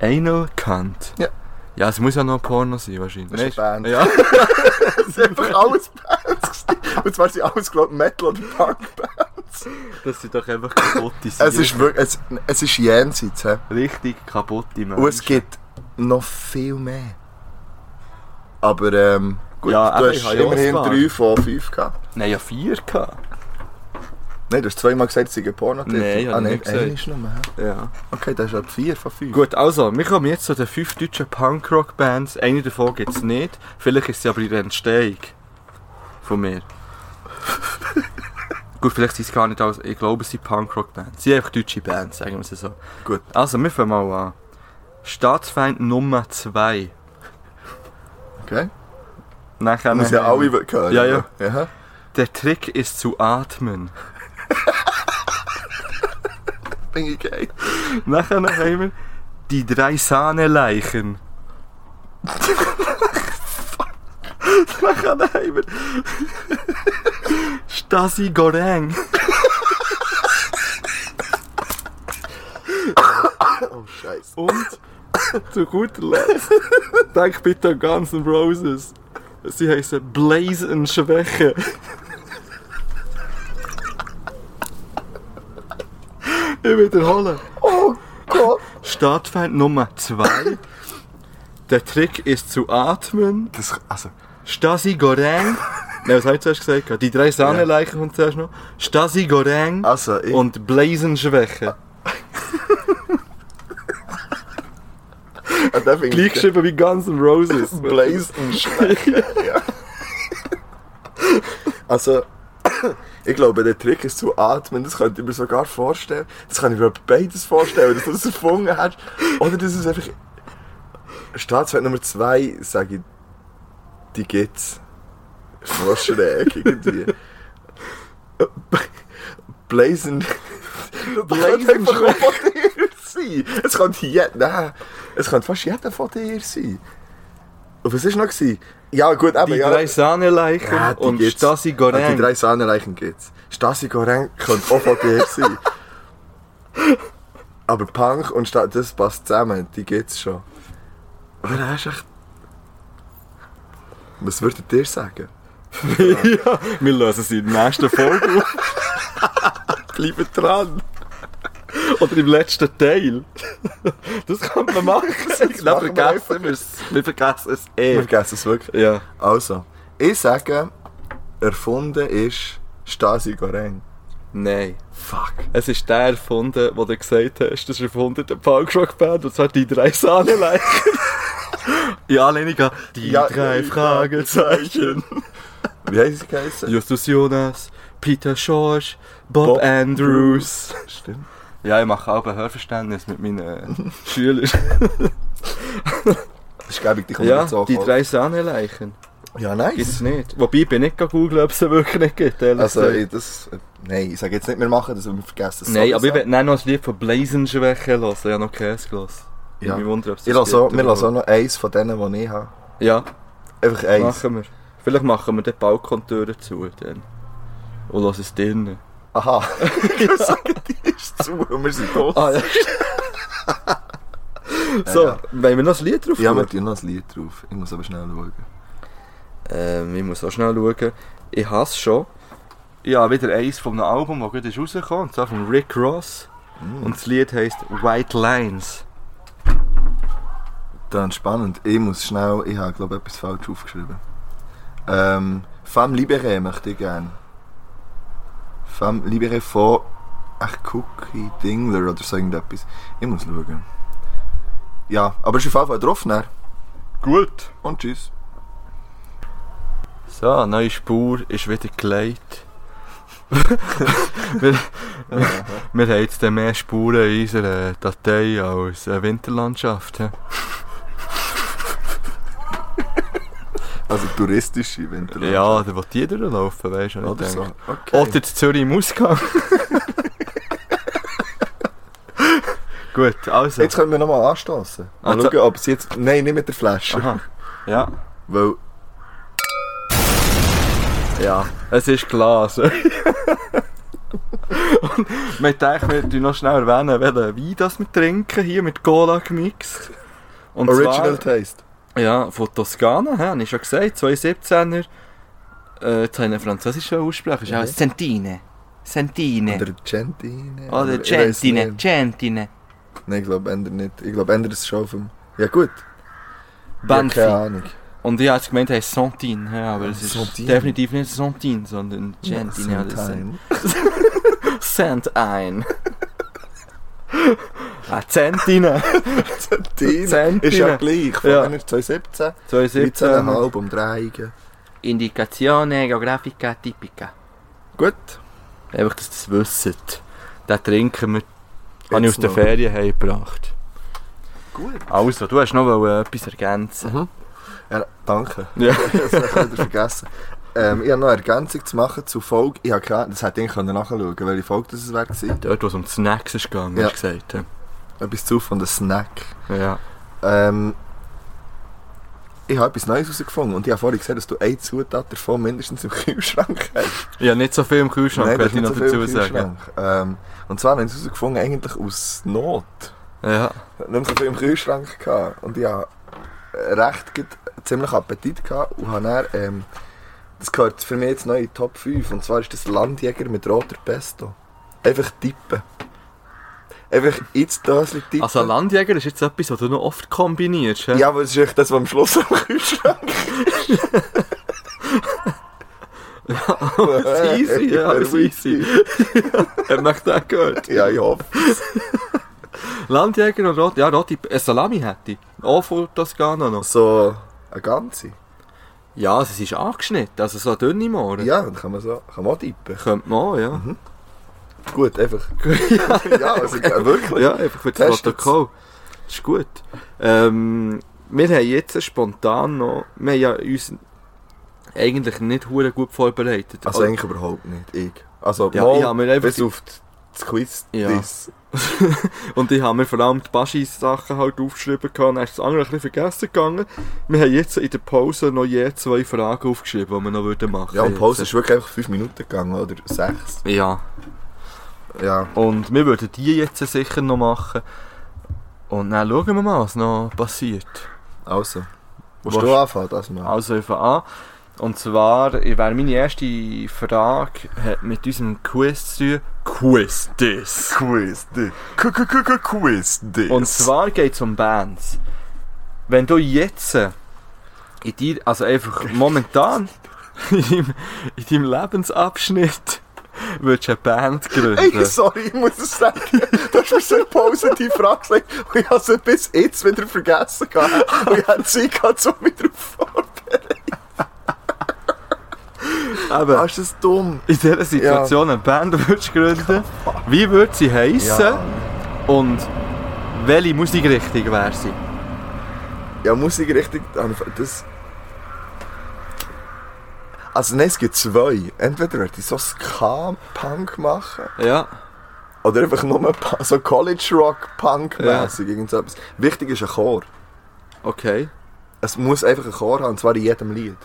Anal Kant.
Ja.
Ja, es muss ja noch ein Porno sein, wahrscheinlich.
Das ist eine Band.
Ja.
Es sind einfach alles Bands. gewesen. Und zwar sind alles, glaube ich, Metal- oder Punk-Bands.
Das sind doch einfach kaputte
Es ist wirklich, es, es ist jenseits. He.
richtig kaputte Menschen.
Und es gibt noch viel mehr. Aber ähm, gut,
Ja, eben,
du hast
ich habe ja
immerhin
Oscar.
3 von 5 gehabt.
Nein, ja vier gehabt.
Nein, du hast zweimal gesagt, es sei ein Porno-Titel.
Nein, habe
ah,
ich
nein,
nicht gesagt.
einer ist noch mehr.
Ja.
Okay, das ist halt 4 von 5.
Gut, also, wir kommen jetzt zu den fünf deutschen Punkrock-Bands. Eine davon gibt es nicht. Vielleicht ist sie aber in der Entstehung. Von mir. Gut, vielleicht sind es gar nicht alles. Ich glaube, es sind Punkrock-Bands. Sie sind einfach deutsche Bands, sagen wir es so.
Gut.
Also, wir fangen mal an. Staatsfeind Nummer 2.
Okay.
Nachher
Muss ja alle hören.
Ja, ja.
ja.
Der Trick ist zu atmen.
Bin ich geil.
Nachher noch einmal die drei Sahneleichen. Nachher noch einmal Stasi Goreng.
Oh, Scheiße.
Und zu guter Letzt, denk bitte an Guns N' Roses. Sie heißen Blaze and Schwäche. Ich wiederhole.
Oh Gott.
Startfeind Nummer 2. Der Trick ist zu atmen.
Das, also,
Stasi Goreng. Nein, was habe ich zuerst gesagt? Die drei Sahnenleichen kommen zuerst noch. Stasi Goreng
also ich,
und Blazenschwäche.
Ah, den find
Gleich
ich
geschrieben wie Guns N' Roses.
Blaze und Schwäche. ja. Also, Ich glaube, der Trick ist zu atmen. Das könnte ich mir sogar vorstellen. Das kann ich mir beides vorstellen, dass du das erfunden hast. Oder das ist einfach. Staatswert Nummer 2, sage ich, die gibt's. Voll schräg irgendwie. Blazing. Blazing einfach auch von dir sein. Es könnte jeder. Nein, es könnte fast jeder von dir sein. Und was war noch? gewesen? Ja, gut, eben,
Die
ja.
drei Sahneleichen
Ja, die
und
gibt's.
Stasi
Ah, Die
Goreng.
drei Sahnenleichen gibt's. Stasi Goreng könnte auch von dir sein. Aber Punk und Stasi, das passt zusammen, die gibt's schon. Aber er ist echt... Was würdet ihr sagen?
ja, wir lösen sie in der nächsten Folge auf.
Bleibt dran!
Oder im letzten Teil. Das könnte man machen. Dann
machen wir
vergessen wir es. Wir vergessen es eh.
Wir vergessen es wirklich.
Ja.
Also, ich sage, erfunden ist Stasi Goreng.
Nein.
Fuck.
Es ist der erfunden, wo du gesagt hast, das ist erfunden der Punkrock-Band, und zwar die drei Sahneleichen. ja, Lenika, die
Ja,
drei
ja.
Fragezeichen.
Wie heisst es geheißen?
Justus Jonas, Peter Schorsch, Bob,
Bob
Andrews.
Stimmt.
Ja, ich mache auch ein Hörverständnis mit meinen äh, Schülern.
Das ist, glaube ich, die kommt
ja,
jetzt auch
die
vor.
drei Sahneleichen.
Ja,
Gibt
nice.
es nicht. Wobei, ich bin nicht googeln, ob es sie wirklich nicht gibt. ehrlich
Also,
gesagt.
ich, das, nein, ich sage jetzt nicht mehr machen, das wir vergessen.
Nein, aber ich
bin.
werde nachher noch ein Lied von Blazing Schwäche hören. Ich habe noch keins gehört. Ich
Ja.
bin wundern, ob es
Ich
das
lasse auch,
gibt
wir lassen auch
überhaupt.
noch eins von denen, die ich habe.
Ja,
Einfach eins.
machen wir. Vielleicht machen wir den Balkontüren zu dann. Und lassen es drinnen.
Aha. Ich sage, die ist zu und wir sind tot.
Ah, ja. so,
Ja,
wollen wir noch ein Lied drauf
Ja, wir
tun?
tun noch ein Lied drauf. Ich muss aber schnell schauen.
Ähm, ich muss auch schnell schauen. Ich hasse es schon. Ja, wieder eins von einem Album, das gerade ist rausgekommen und zwar von Rick Ross.
Mm.
Und das Lied heisst White Lines.
Dann spannend. Ich muss schnell, ich habe glaube ich etwas falsch aufgeschrieben. Ähm, Femme Libérée möchte ich gerne. Femme Libérée von Ach Cookie Dingler oder so irgendetwas. Ich muss schauen. Ja, aber es ist auf jeden Fall drauf, ne?
Gut.
Und tschüss.
So, neue Spur ist wieder gelegt. wir, wir, wir haben jetzt dann mehr Spuren in unserer Datei als eine Winterlandschaft. hä?
Also touristische Winterland.
Ja, da will jeder laufen, weißt du? was ich
Oder so.
denke.
Okay.
Oder in Zürich im Ausgang. Gut, also.
Jetzt können wir nochmal anstoßen. Mal
Also-
schauen, ob es jetzt. Nein, nicht mit der Flasche.
Aha. Ja.
Weil
Ja, es ist Glas. Und wir denken, wir tun noch schnell erwähnen, welchen Wein das wir trinken, hier mit Cola gemixt. Und
Original
zwar,
Taste.
Ja, von Toskana, he, habe ich schon gesagt, 217er. Äh, jetzt habe ich einen französischen Aussprache, ist auch
Mhm.
Centine. Centine.
Oder Gentine.
Oder
ich weiss
Centine,
nicht.
Centine.
Nein, ich glaube, ändert nicht. Ich glaube, ändert es schon vom. Ja, gut.
Banfi.
Ja, keine Ahnung.
Und ich habe jetzt gemeint, er ist Centine, he, aber es ist
Centine.
definitiv nicht Centine, sondern Centine. oder Cent-
Sometime.
Cent ein. ah, Centine.
Gentine. Ist ja
Gentine.
gleich. Von
Ja.
ja. 2017.
2017.
13,5 um Dreiecken.
Indikazione geografica typica.
Gut.
Einfach, dass ihr das wisst. Den trinken wir. Habe ich
Jetzt
aus der
noch.
Ferien heimgebracht.
Gut.
Also, du hast noch wollen, äh, etwas ergänzen.
Ja, danke.
Ja.
das habe ich wieder vergessen. Ähm, ich habe noch eine Ergänzung zu machen zur Folge. Ich habe keine, das hätte ich eigentlich nachschauen können, welche Folge das wäre gewesen.
Dort, wo es um die Snacks ist gegangen,
Ja.
hast du gesagt. hä?
Etwas zu von der Snack.
Ja.
Ähm, ich habe etwas Neues herausgefunden und ich habe vorhin gesehen, dass du eine Zutat davon mindestens im Kühlschrank hast.
Ich habe nicht so viel im Kühlschrank,
das
könnte
ist
ich
nicht
noch
so viel im
dazu sagen.
Kühlschrank. Ähm, und zwar habe ich es herausgefunden, eigentlich aus Not.
Ja.
Ich hatte nicht mehr so viel im Kühlschrank gehabt und ich habe recht gut- ziemlich Appetit gehabt und habe dann, ähm, das gehört für mich jetzt neu in die Top 5 und zwar ist das Landjäger mit roter Pesto. Einfach tippen. Einfach ins Döschen tippen.
Also, Landjäger ist jetzt etwas, was du noch oft kombinierst. hä?
ja, aber es ist echt das, was am Schluss am Kühlschrank
Das ist easy, ja, das ist easy. Hat man das gehört?
Ja, ich hoffe.
Landjäger und Rot, ja, Rote, eine Salami hätte ich. Auch von Toskana noch.
So, eine Also, ganze.
Ja, also es ist angeschnitten, also so dünne Mohren.
Ja, dann kann man so, kann man auch tippen.
Könnte man auch, ja.
Gut, einfach. ja, also ja, wirklich.
Ja, einfach für das
Testet's.
Protokoll. Das ist gut. Ähm, wir haben jetzt spontan noch... Wir haben ja uns eigentlich nicht hure gut vorbereitet.
Also
Oh,
eigentlich überhaupt nicht. Ich. Also
Ja,
mal
ich habe mir einfach
bis auf die- das Quiz.
Ja.
dies.
Und ich habe mir vor allem die Baschis-Sachen halt aufgeschrieben gehabt, und dann ist das andere ein bisschen vergessen gegangen. Wir haben jetzt in der Pause noch je zwei Fragen aufgeschrieben, die wir noch würden machen
Ja, und die Pause
jetzt.
ist wirklich einfach 5 Minuten gegangen, oder 6.
Ja,
Ja.
und wir würden die jetzt sicher noch machen. Und dann schauen wir mal, was noch passiert.
Also. Musst
Was-
du anfangen, das mal?
Also einfach an. Und zwar wäre meine erste Frage hat mit unserem Quiz zu tun. Quiz this.
Quiz, dick. Quiz, dick.
Und zwar geht es um Bands. Wenn du jetzt in dir, also einfach momentan in deinem, in deinem Lebensabschnitt würdest du eine Band
Ey,
gründen.
sorry, ich muss es sagen. Du hast mir so eine positive Frage gesagt und ich habe sie bis jetzt wieder vergessen gehabt. Und ich hatte Zeit gehabt, um mich darauf vorzubereiten.
Aber
Hast du das dumm?
in dieser Situation eine Band würdest gründen, wie würde sie heißen und welche Musikrichtung wäre sie?
Ja, Musik richtig. Das. Also nein, es gibt zwei. Entweder würde ich so Ska-Punk machen
Ja.
oder einfach nur pa- so College-Rock-Punk-mässig. Irgend so etwas. Wichtig ist ein Chor.
Okay,
Es muss einfach ein Chor haben, und zwar in jedem Lied.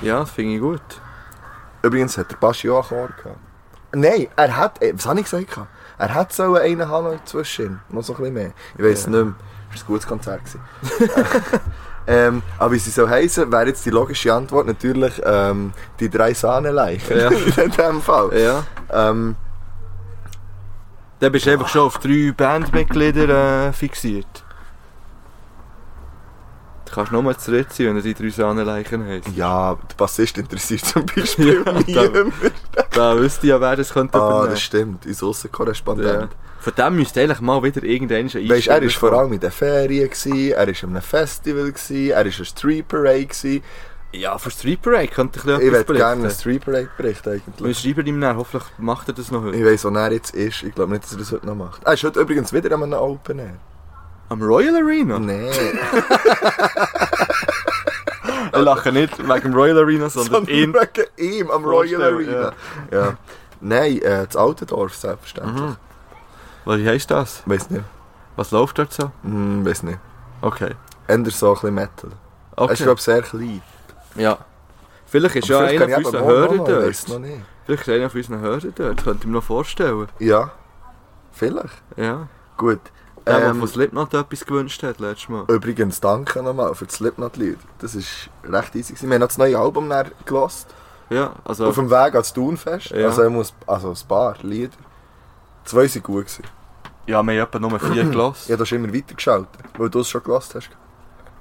ja, das finde ich gut.
Übrigens hat der Baschi auch einen Chor gehabt. Nein, er hat. eh, Was habe ich gesagt? gehabt? Er hat so einen haben inzwischen. Noch so ein bisschen mehr. Ich weiß es nicht mehr. Es war ein gutes Konzert. gewesen. ähm, aber wie sie so heißen, wäre jetzt die logische Antwort natürlich ähm, die drei Sahnenleichen.
Ja.
In dem Fall.
Ja.
Ähm,
Dann bist du einfach schon auf drei Bandmitglieder äh, fixiert. Du kannst nochmal zu dritt sein, wenn du die drei Sahnenleichen hast.
ja, der Bassist interessiert zum Beispiel
Ja,
niemand.
Da wüsste ich ja, wer das könnte
Ah,
übernehmen.
das stimmt. Unser Aussenkorrespondent.
ja. Von dem müsste eigentlich mal wieder irgendein
Weißt, er war vor
kommen.
allem in den Ferien, gewesen, er war an einem Festival, gewesen, er war an Street Parade. Gewesen.
Ja, für Street Parade könnte ich ein
Ich
bisschen
würde gerne einen
berichten.
Street Parade berichten eigentlich.
Wir schreiben ihm nach, hoffentlich macht er das noch heute.
Ich weiss, wo er jetzt ist. Ich glaube nicht, dass er das heute noch macht. Ah, Er ist heute übrigens wieder an einem Open Air.
Am Royal Arena?
Nee.
Ich lache nicht wegen dem Royal Arena, sondern
Sondern
ihn.
wegen ihm am Royal
Vorstellen,
Arena. Ja. Nein, äh, das Altendorf selbstverständlich.
Mhm. Was heisst das?
Weiss nicht.
Was läuft dort so?
Hm, weiss nicht.
Okay.
Änder so ein bisschen Metal. Er ist,
okay.
glaube ich, sehr klein.
Ja. Vielleicht ist
Aber
ja
vielleicht
einer
kann
von
ich
unseren Hörern
eben morgen noch, ich weiss
dort.
noch nicht.
Vielleicht ist einer von unseren Hörern dort, könnte ich mir noch vorstellen.
Ja. Vielleicht.
Ja.
Gut.
Der, der
Ähm,
von Slipknot etwas gewünscht hat letztes Mal.
Übrigens, danke nochmal für die Slipknot-Lied. Das ist recht easy. gewesen. Wir haben auch das neue Album dann gelost.
Ja, also
Auf dem Weg ans Thunfest.
Ja.
Also, er muss, also ein paar Lieder. Zwei sind gut gewesen.
ja, wir haben etwa nur vier
Ich habe
gelassen.
das immer weitergeschaltet, weil du es schon gelost hast.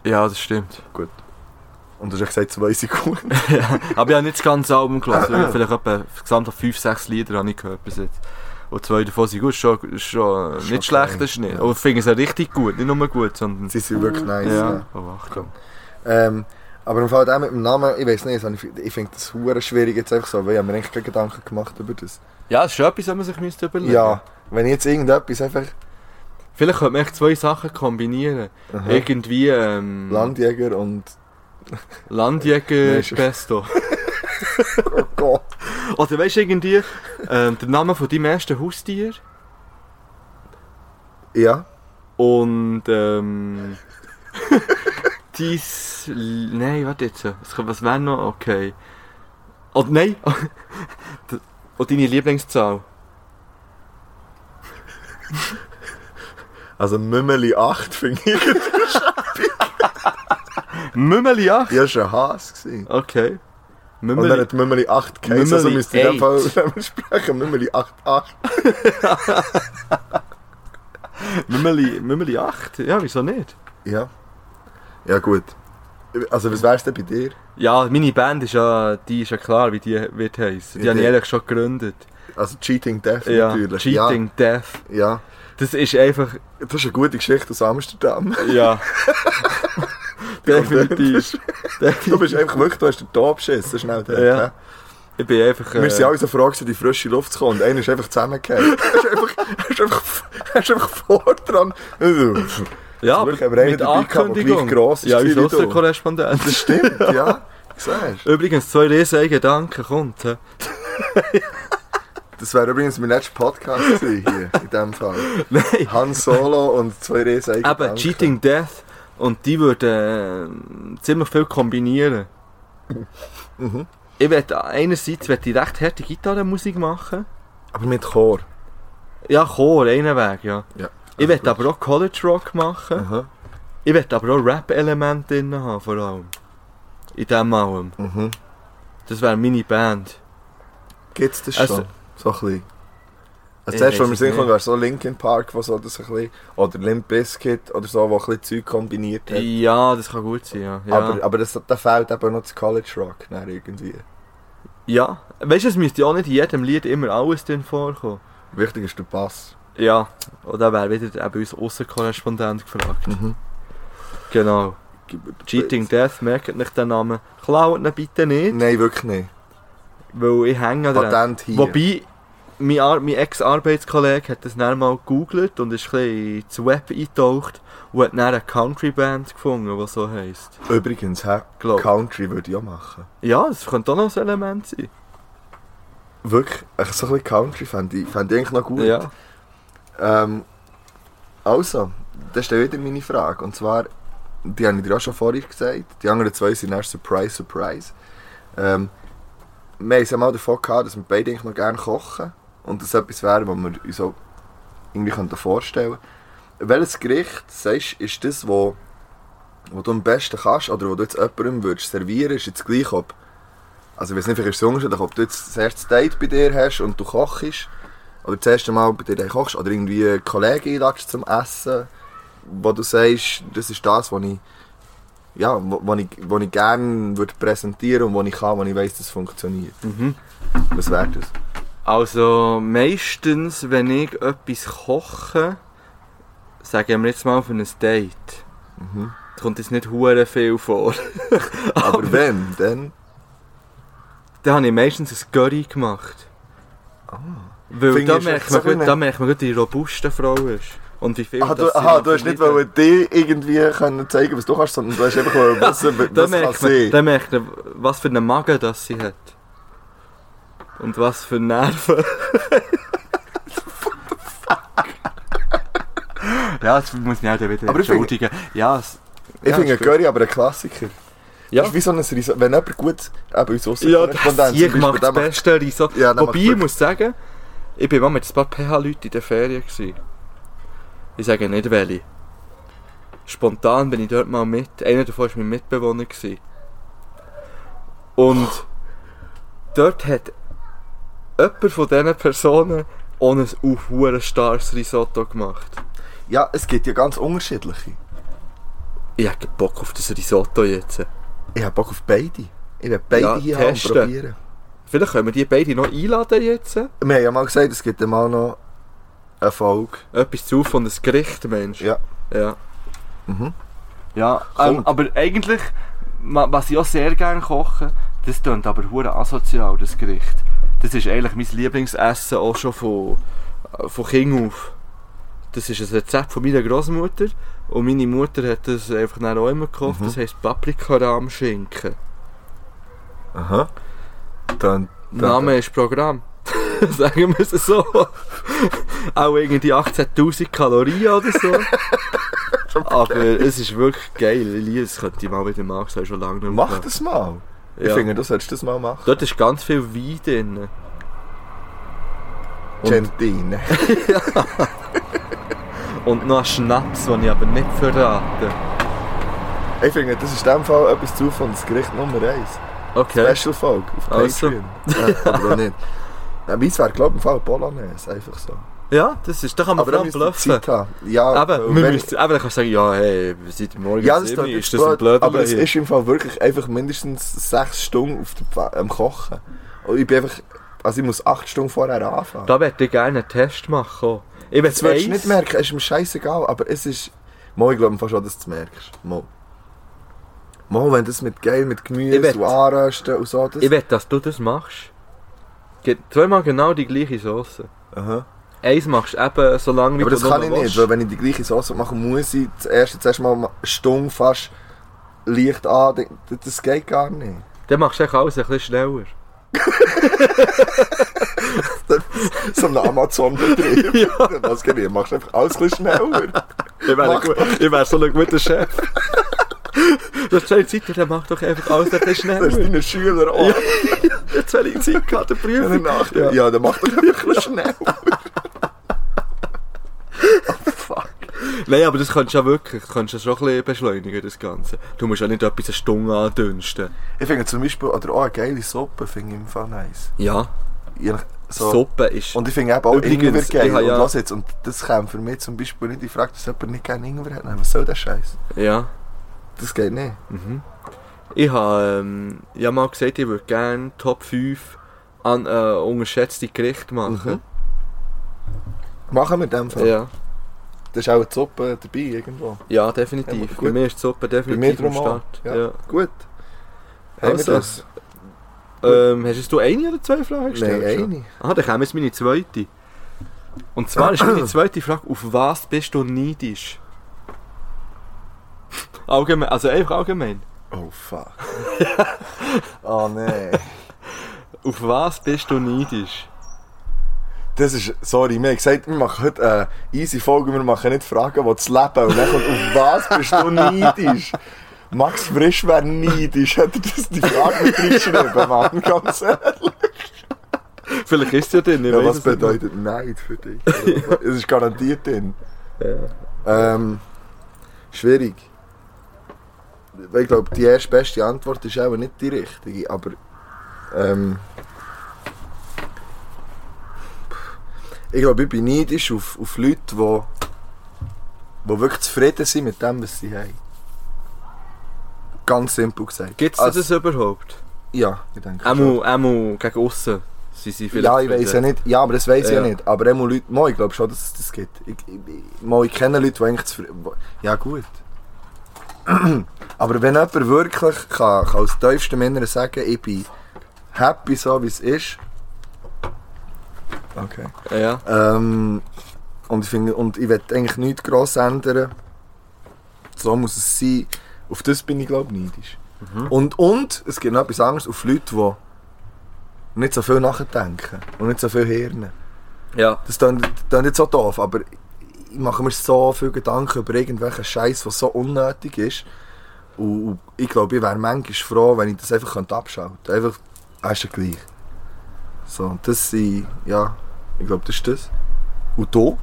Ja, das stimmt.
Und du hast ja gesagt, zwei sind gut.
Aber ich habe nicht das ganze Album gelassen. Ich habe vielleicht etwa gesamt fünf, sechs Lieder habe ich gehört bis jetzt. Und zwei davon sind gut, schon, schon, äh,
Schon
nicht schlecht,
geil.
das ist nicht.
Ja.
Aber ich finde es auch richtig gut, nicht nur gut, sondern...
Sie sind wirklich nice.
Ja.
Ja.
Oh, Achtung.
Ähm, aber im Fall auch mit dem Namen, ich weiß nicht, das habe ich, ich finde das hure schwierig jetzt einfach so, weil ich habe mir eigentlich keine Gedanken gemacht über das.
Ja, das ist schon etwas, was man sich müsste überlegen
Ja, wenn ich jetzt irgendetwas einfach
Vielleicht könnte man echt zwei Sachen kombinieren.
aha,
Irgendwie ähm,
Landjäger und
Landjäger
Nein, ist-
Pesto.
oh Gott,
Oder weißt du irgendwie ähm, den Namen von deinem ersten Haustier
ja,
und ähm, dies. Nein, warte jetzt. Was, was wäre noch? Okay. Oder nein! Und deine Lieblingszahl?
also Mümmeli 8 finde ich,
Mümmeli 8?
das war ein Hase. gewesen.
Okay.
Und dann
Mümmeli.
hat Mümmeli 8 geheißen, also
Mümmeli
müsste ich in dem Fall
8.
dementsprechend Mümmeli 8, 8.
Mümmeli, Mümmeli 8? Ja, wieso nicht?
Ja. Ja gut. Also was wär's denn bei dir?
Ja, meine Band ist ja, die ist ja klar, wie die wird heißen. Die
Ja,
habe ich
die-
eigentlich schon gegründet.
Also Cheating Death
Ja,
natürlich.
Cheating, Death.
Ja, ja.
Das ist einfach
Das ist eine gute Geschichte aus Amsterdam.
Ja. Definitiv.
Du bist einfach wirklich, du hast den Top geschissen, schnell dort.
Ja.
hä?
Ich bin einfach.
Wir sind alle so froh, gewesen, in die frische Luft zu kommen. Und einer ist einfach zusammengefallen. Er ist einfach, er ist einfach, er ist einfach vor dran. Also,
äh, ja,
Zum Glück haben wir einen dabei gehabt, der gleich gross ist
ja,
gewesen wie
unser
du.
Aussenkorrespondent.
Das stimmt, ja. Siehst du?
Übrigens, zwei riesige Gedanken kommt. hä?
Das wäre übrigens mein letzter Podcast gewesen hier, in dem Fall.
Nein.
Han Solo und zwei Riesen.
Eben, Cheating Death. Und die würden äh, ziemlich viel kombinieren.
Mhm.
Ich werde einerseits möchte ich recht harte Gitarrenmusik machen.
Aber mit Chor.
Ja, Chor, einen Weg, ja.
Ja.
Ich werde aber auch College Rock machen.
Aha.
Ich werde aber auch Rap-Elemente drin haben, vor allem. In dem Allem.
Mhm.
Das wäre meine Band.
Gibt's das schon?
Also-
so ein bisschen. Also
Ich
zuerst,
weiss
wenn wir
es
sind,
nicht.
wäre so Linkin Park, wo so das ein bisschen, oder Limp Bizkit oder so, wo ein bisschen Zeug kombiniert hat.
Ja, das kann gut sein, ja. ja.
Aber, aber das, da fehlt eben noch das College Rock dann irgendwie.
ja. Weißt du, es müsste ja auch nicht in jedem Lied immer alles drin vorkommen.
Wichtig ist der Bass.
Ja. Und dann wäre wieder eben unser Aussenkorrespondent gefragt.
Mhm.
Genau. Cheating Death, merkt nicht den Namen. Klaut ihn bitte nicht,
Nein, wirklich nicht.
weil ich hänge dran.
Patent hier.
Wobei, mein, Ar mein Ex-Arbeitskollege hat das dann mal gegoogelt und ist ein bisschen ins Web eingetaucht und hat dann eine Country-Band gefunden, die so heisst.
Übrigens, hä?
Glaub.
Country würde ich auch machen.
Ja, das könnte auch noch ein Element sein.
Wirklich, echt so ein bisschen Country fände ich, fände ich eigentlich noch gut.
Ja.
Ähm, also, das ist dann wieder meine Frage. Und zwar, die habe ich dir auch schon vorher gesagt. Die anderen zwei sind erst Surprise, Surprise. Ähm, wir haben es ja mal davon gehabt, dass wir beide eigentlich noch gerne kochen. Und das etwas wäre, was wir uns auch irgendwie könnten vorstellen könnten. Welches Gericht, sagst du, ist das, wo, wo du am besten kannst oder wo du jetzt jemandem würdest servieren, ist jetzt gleich, ob... Also ich weiß nicht, vielleicht ist es unterschiedlich, ob du jetzt das erste Date bei dir hast und du kochst oder das erste Mal bei dir daheim kochst oder irgendwie einen Kollegen einladest zum Essen, wo du sagst, das ist das, was ich, ja, wo, wo ich, wo ich gerne würde präsentieren und wo ich kann, wo ich weiss, das funktioniert.
Mhm.
Was wäre das?
Also meistens, wenn ich etwas koche, sagen wir jetzt mal für ein Date.
Mhm.
Da kommt jetzt nicht hure viel vor.
Aber wenn, dann...
Dann habe ich meistens ein Curry gemacht. Ah. Weil
Finde
da
ich
merkt,
echt
man
so
gut,
eine-
da merkt man gut, wie robust eine Frau ist. Und wie viel
Aha,
das
du,
sie
aha,
noch
du hast nicht
vermittelt.
wollen dir irgendwie können zeigen, was du kannst, sondern du hast einfach wollen wissen,
Da
was kann
merkt, man,
sie.
da merkt man, was für einen Magen das sie hat. Und was für Nerven. ja, das muss ich auch dann wieder
Aber ich finde-
entschuldigen. Ja, es,
Ich
ja,
finde
ist gut.
Curry aber ein Klassiker.
Ja.
Das ist wie so ein Risotto. Wenn jemand gut eben uns
Ja, das hier macht das beste Risotto.
Ja, der macht
Wobei, ich
wirklich-
muss sagen, ich bin mal mit ein paar PH-Leuten in der Ferien. Gewesen. Ich sage nicht welche. Spontan bin ich dort mal mit. Einer davon war mein Mitbewohner. Gewesen. Und dort hat jemand von diesen Personen ohne ein aufhuren starkes Risotto gemacht.
Ja, es gibt ja ganz unterschiedliche.
Ich habe Bock auf das Risotto jetzt.
Ich hab Bock auf beide. Ich will beide
Ja,
hier haben und
testen.
probieren.
Vielleicht können wir die beiden noch einladen jetzt.
Wir haben ja mal gesagt, es gibt dann mal noch eine Folge.
Etwas zu von das Gericht, Mensch.
Ja.
Ja.
Mhm.
Ja,
Kommt.
ähm, aber eigentlich, ma- was ich auch sehr gerne koche, das tönt aber hure asozial, das Gericht. Das ist eigentlich mein Lieblingsessen auch schon von, äh, von Kind auf. Das ist ein Rezept von meiner Großmutter und meine Mutter hat das einfach dann auch immer gekocht.
Mhm.
Das heisst Paprikarahmschinken.
Aha. Dann,
Name ist Programm. Sagen wir es so. auch irgendwie 18.000 Kalorien oder so. Aber es ist wirklich geil. Ich liebe es. Das könnte ich mal wieder machen. Das habe ich schon lange nicht mehr
mach
gemacht.
das mal. Ich
Ja.
finde, du solltest das mal machen.
Dort ist ganz viel Wein drin. Und-
Gentine.
Und noch ein Schnaps, den ich aber nicht verrate.
Ich finde, das ist in dem Fall etwas zu von das Gericht Nummer 1.
Okay.
Special Folge auf
Also.
Patreon. Äh, aber auch nicht. Ja, meins wäre, glaube ich, im Fall Bolognese. Einfach so.
Ja, das ist, da kann man vor
Aber dann
allem
müsst ihr
bluffen.
Zeit haben. Ja,
Eben,
weil
wir
wenn-
müssen, eben, dann kannst du sagen, ja, hey, seit morgen
Ja, das
sieben
tut
ist
jetzt
das ein
gut,
Blödel
Aber es
hier.
ist im Fall wirklich einfach mindestens 6 Stunden auf der Pfa- am Kochen. Und ich bin einfach. Also ich muss 8 Stunden vorher anfangen.
Da würde ich gerne einen Test machen. auch. Ich will
das wirst du
eins-
nicht merken, es ist mir scheißegal, aber es ist. Mo, ich glaube fast schon, dass du es merkst. Mo. Mal, wenn das mit geil, mit Gemüse
Ich wett-
und Anrösten und so. Das,
Ich will, dass du das machst. Ge- Zweimal genau die gleiche Soße.
Aha.
Eins machst du eben so lange, wie
Aber
du
das kann ich
nur
nicht, weil
willst.
wenn ich die gleiche Soße mache, muss ich das erste zuerst mal ma- stumm fast leicht an. D- d- Das geht gar nicht.
Dann machst du echt alles ein bisschen schneller.
So ein Amazon-Betrieb. ja. Was geht nicht? Machst einfach alles ein bisschen schneller.
Ich
wär ein
wäre so ein guter Chef. Du hast keine Zeit, dann mach doch einfach alles ein bisschen
Das ist
schneller.
deine Schüler auch.
Ja. Jetzt habe ich Zeit gehabt, der
Ja.
Prüfung.
Nach,
Ja.
ja. ja, dann mach doch einfach ein bisschen schneller.
Nein, aber das kannst du ja wirklich, das kannst du schon ein bisschen beschleunigen, das Ganze. Du musst ja nicht etwas eine Stunde andünsten.
Ich finde zum Beispiel, oder auch eine geile Suppe finde ich im Fall nice.
Ja,
Je nach- so.
Suppe ist...
Und ich finde eben auch
Übrigens,
Ingwer geil.
ich habe ja-
Und was jetzt? Und das käme für mich zum Beispiel nicht in Frage, dass jemand nicht gerne Ingwer hat. Nein, was soll der Scheiß?
ja.
Das geht nicht.
Mhm. Ich habe ähm, ich hab mal gesagt, ich würde gerne Top 5 an äh, unterschätzte Gerichte machen.
Machen wir in dem Fall.
Ja.
Das ist auch eine Suppe dabei irgendwo.
ja,
Ja,
definitiv.
gut.
Bei mir ist die Suppe
Bei mir
definitiv am
drum auch.
Start.
Ja.
Ja.
Gut. Haben wir
Also,
das?
Ähm, hast du eine oder zwei Fragen gestellt?
Nein,
schon?
eine.
Ah, dann käme jetzt meine zweite. Und zwar ist meine zweite Frage, auf was bist du neidisch? Allgemein, also einfach allgemein.
Oh fuck. oh nein.
Auf was bist du neidisch?
Das ist, sorry, wir haben gesagt, wir machen heute eine easy Folge, wir machen nicht Fragen, die das Leben und dann kommt, auf was bist du neidisch? Max Frisch wäre neidisch, hätte er das die Frage mit reingeschrieben, Mann, ganz ehrlich.
Vielleicht ist es ja drin, ich
Ja,
weiss
was
es nicht.
bedeutet Neid für dich? Es ist garantiert drin. Ähm, schwierig. Weil Ich glaube, die erste beste Antwort ist auch nicht die richtige, aber. Ähm, ich glaube, ich bin neidisch auf, auf Leute, die wo, wo wirklich zufrieden sind mit dem, was sie haben. Ganz simpel gesagt.
Gibt es
Also-
das überhaupt?
Ja, ich denke. schon.
Emu, Emu, gegen aussen. Sie sind vielleicht
Ja, ich weiß ja nicht. Ja, aber das weiß ich ja
Ja.
nicht. Aber immer Leute, mal, ich glaube schon, dass es das gibt. Ich, ich, ich, mal, ich kenne Leute, die eigentlich zufrieden. Ja, gut. aber wenn jemand wirklich kann, kann aus tiefstem Inneren sagen, ich bin happy so wie es ist. Okay.
Ja.
Ähm, und ich finde, und ich will eigentlich nichts gross ändern. So muss es sein. Auf das bin ich, glaube ich, neidisch. Und, und es gibt noch etwas anderes auf Leute, die nicht so viel nachdenken und nicht so viel hirnen.
ja.
Das klingt klingt jetzt so doof, aber ich mache mir so viel Gedanken über irgendwelchen Scheiß, der so unnötig ist. Und, und ich glaube, ich wäre manchmal froh, wenn ich das einfach könnte abschalten könnte. Einfach, ah, ist ja gleich. So, und das sind, ja, ich glaube, das ist das. Und du?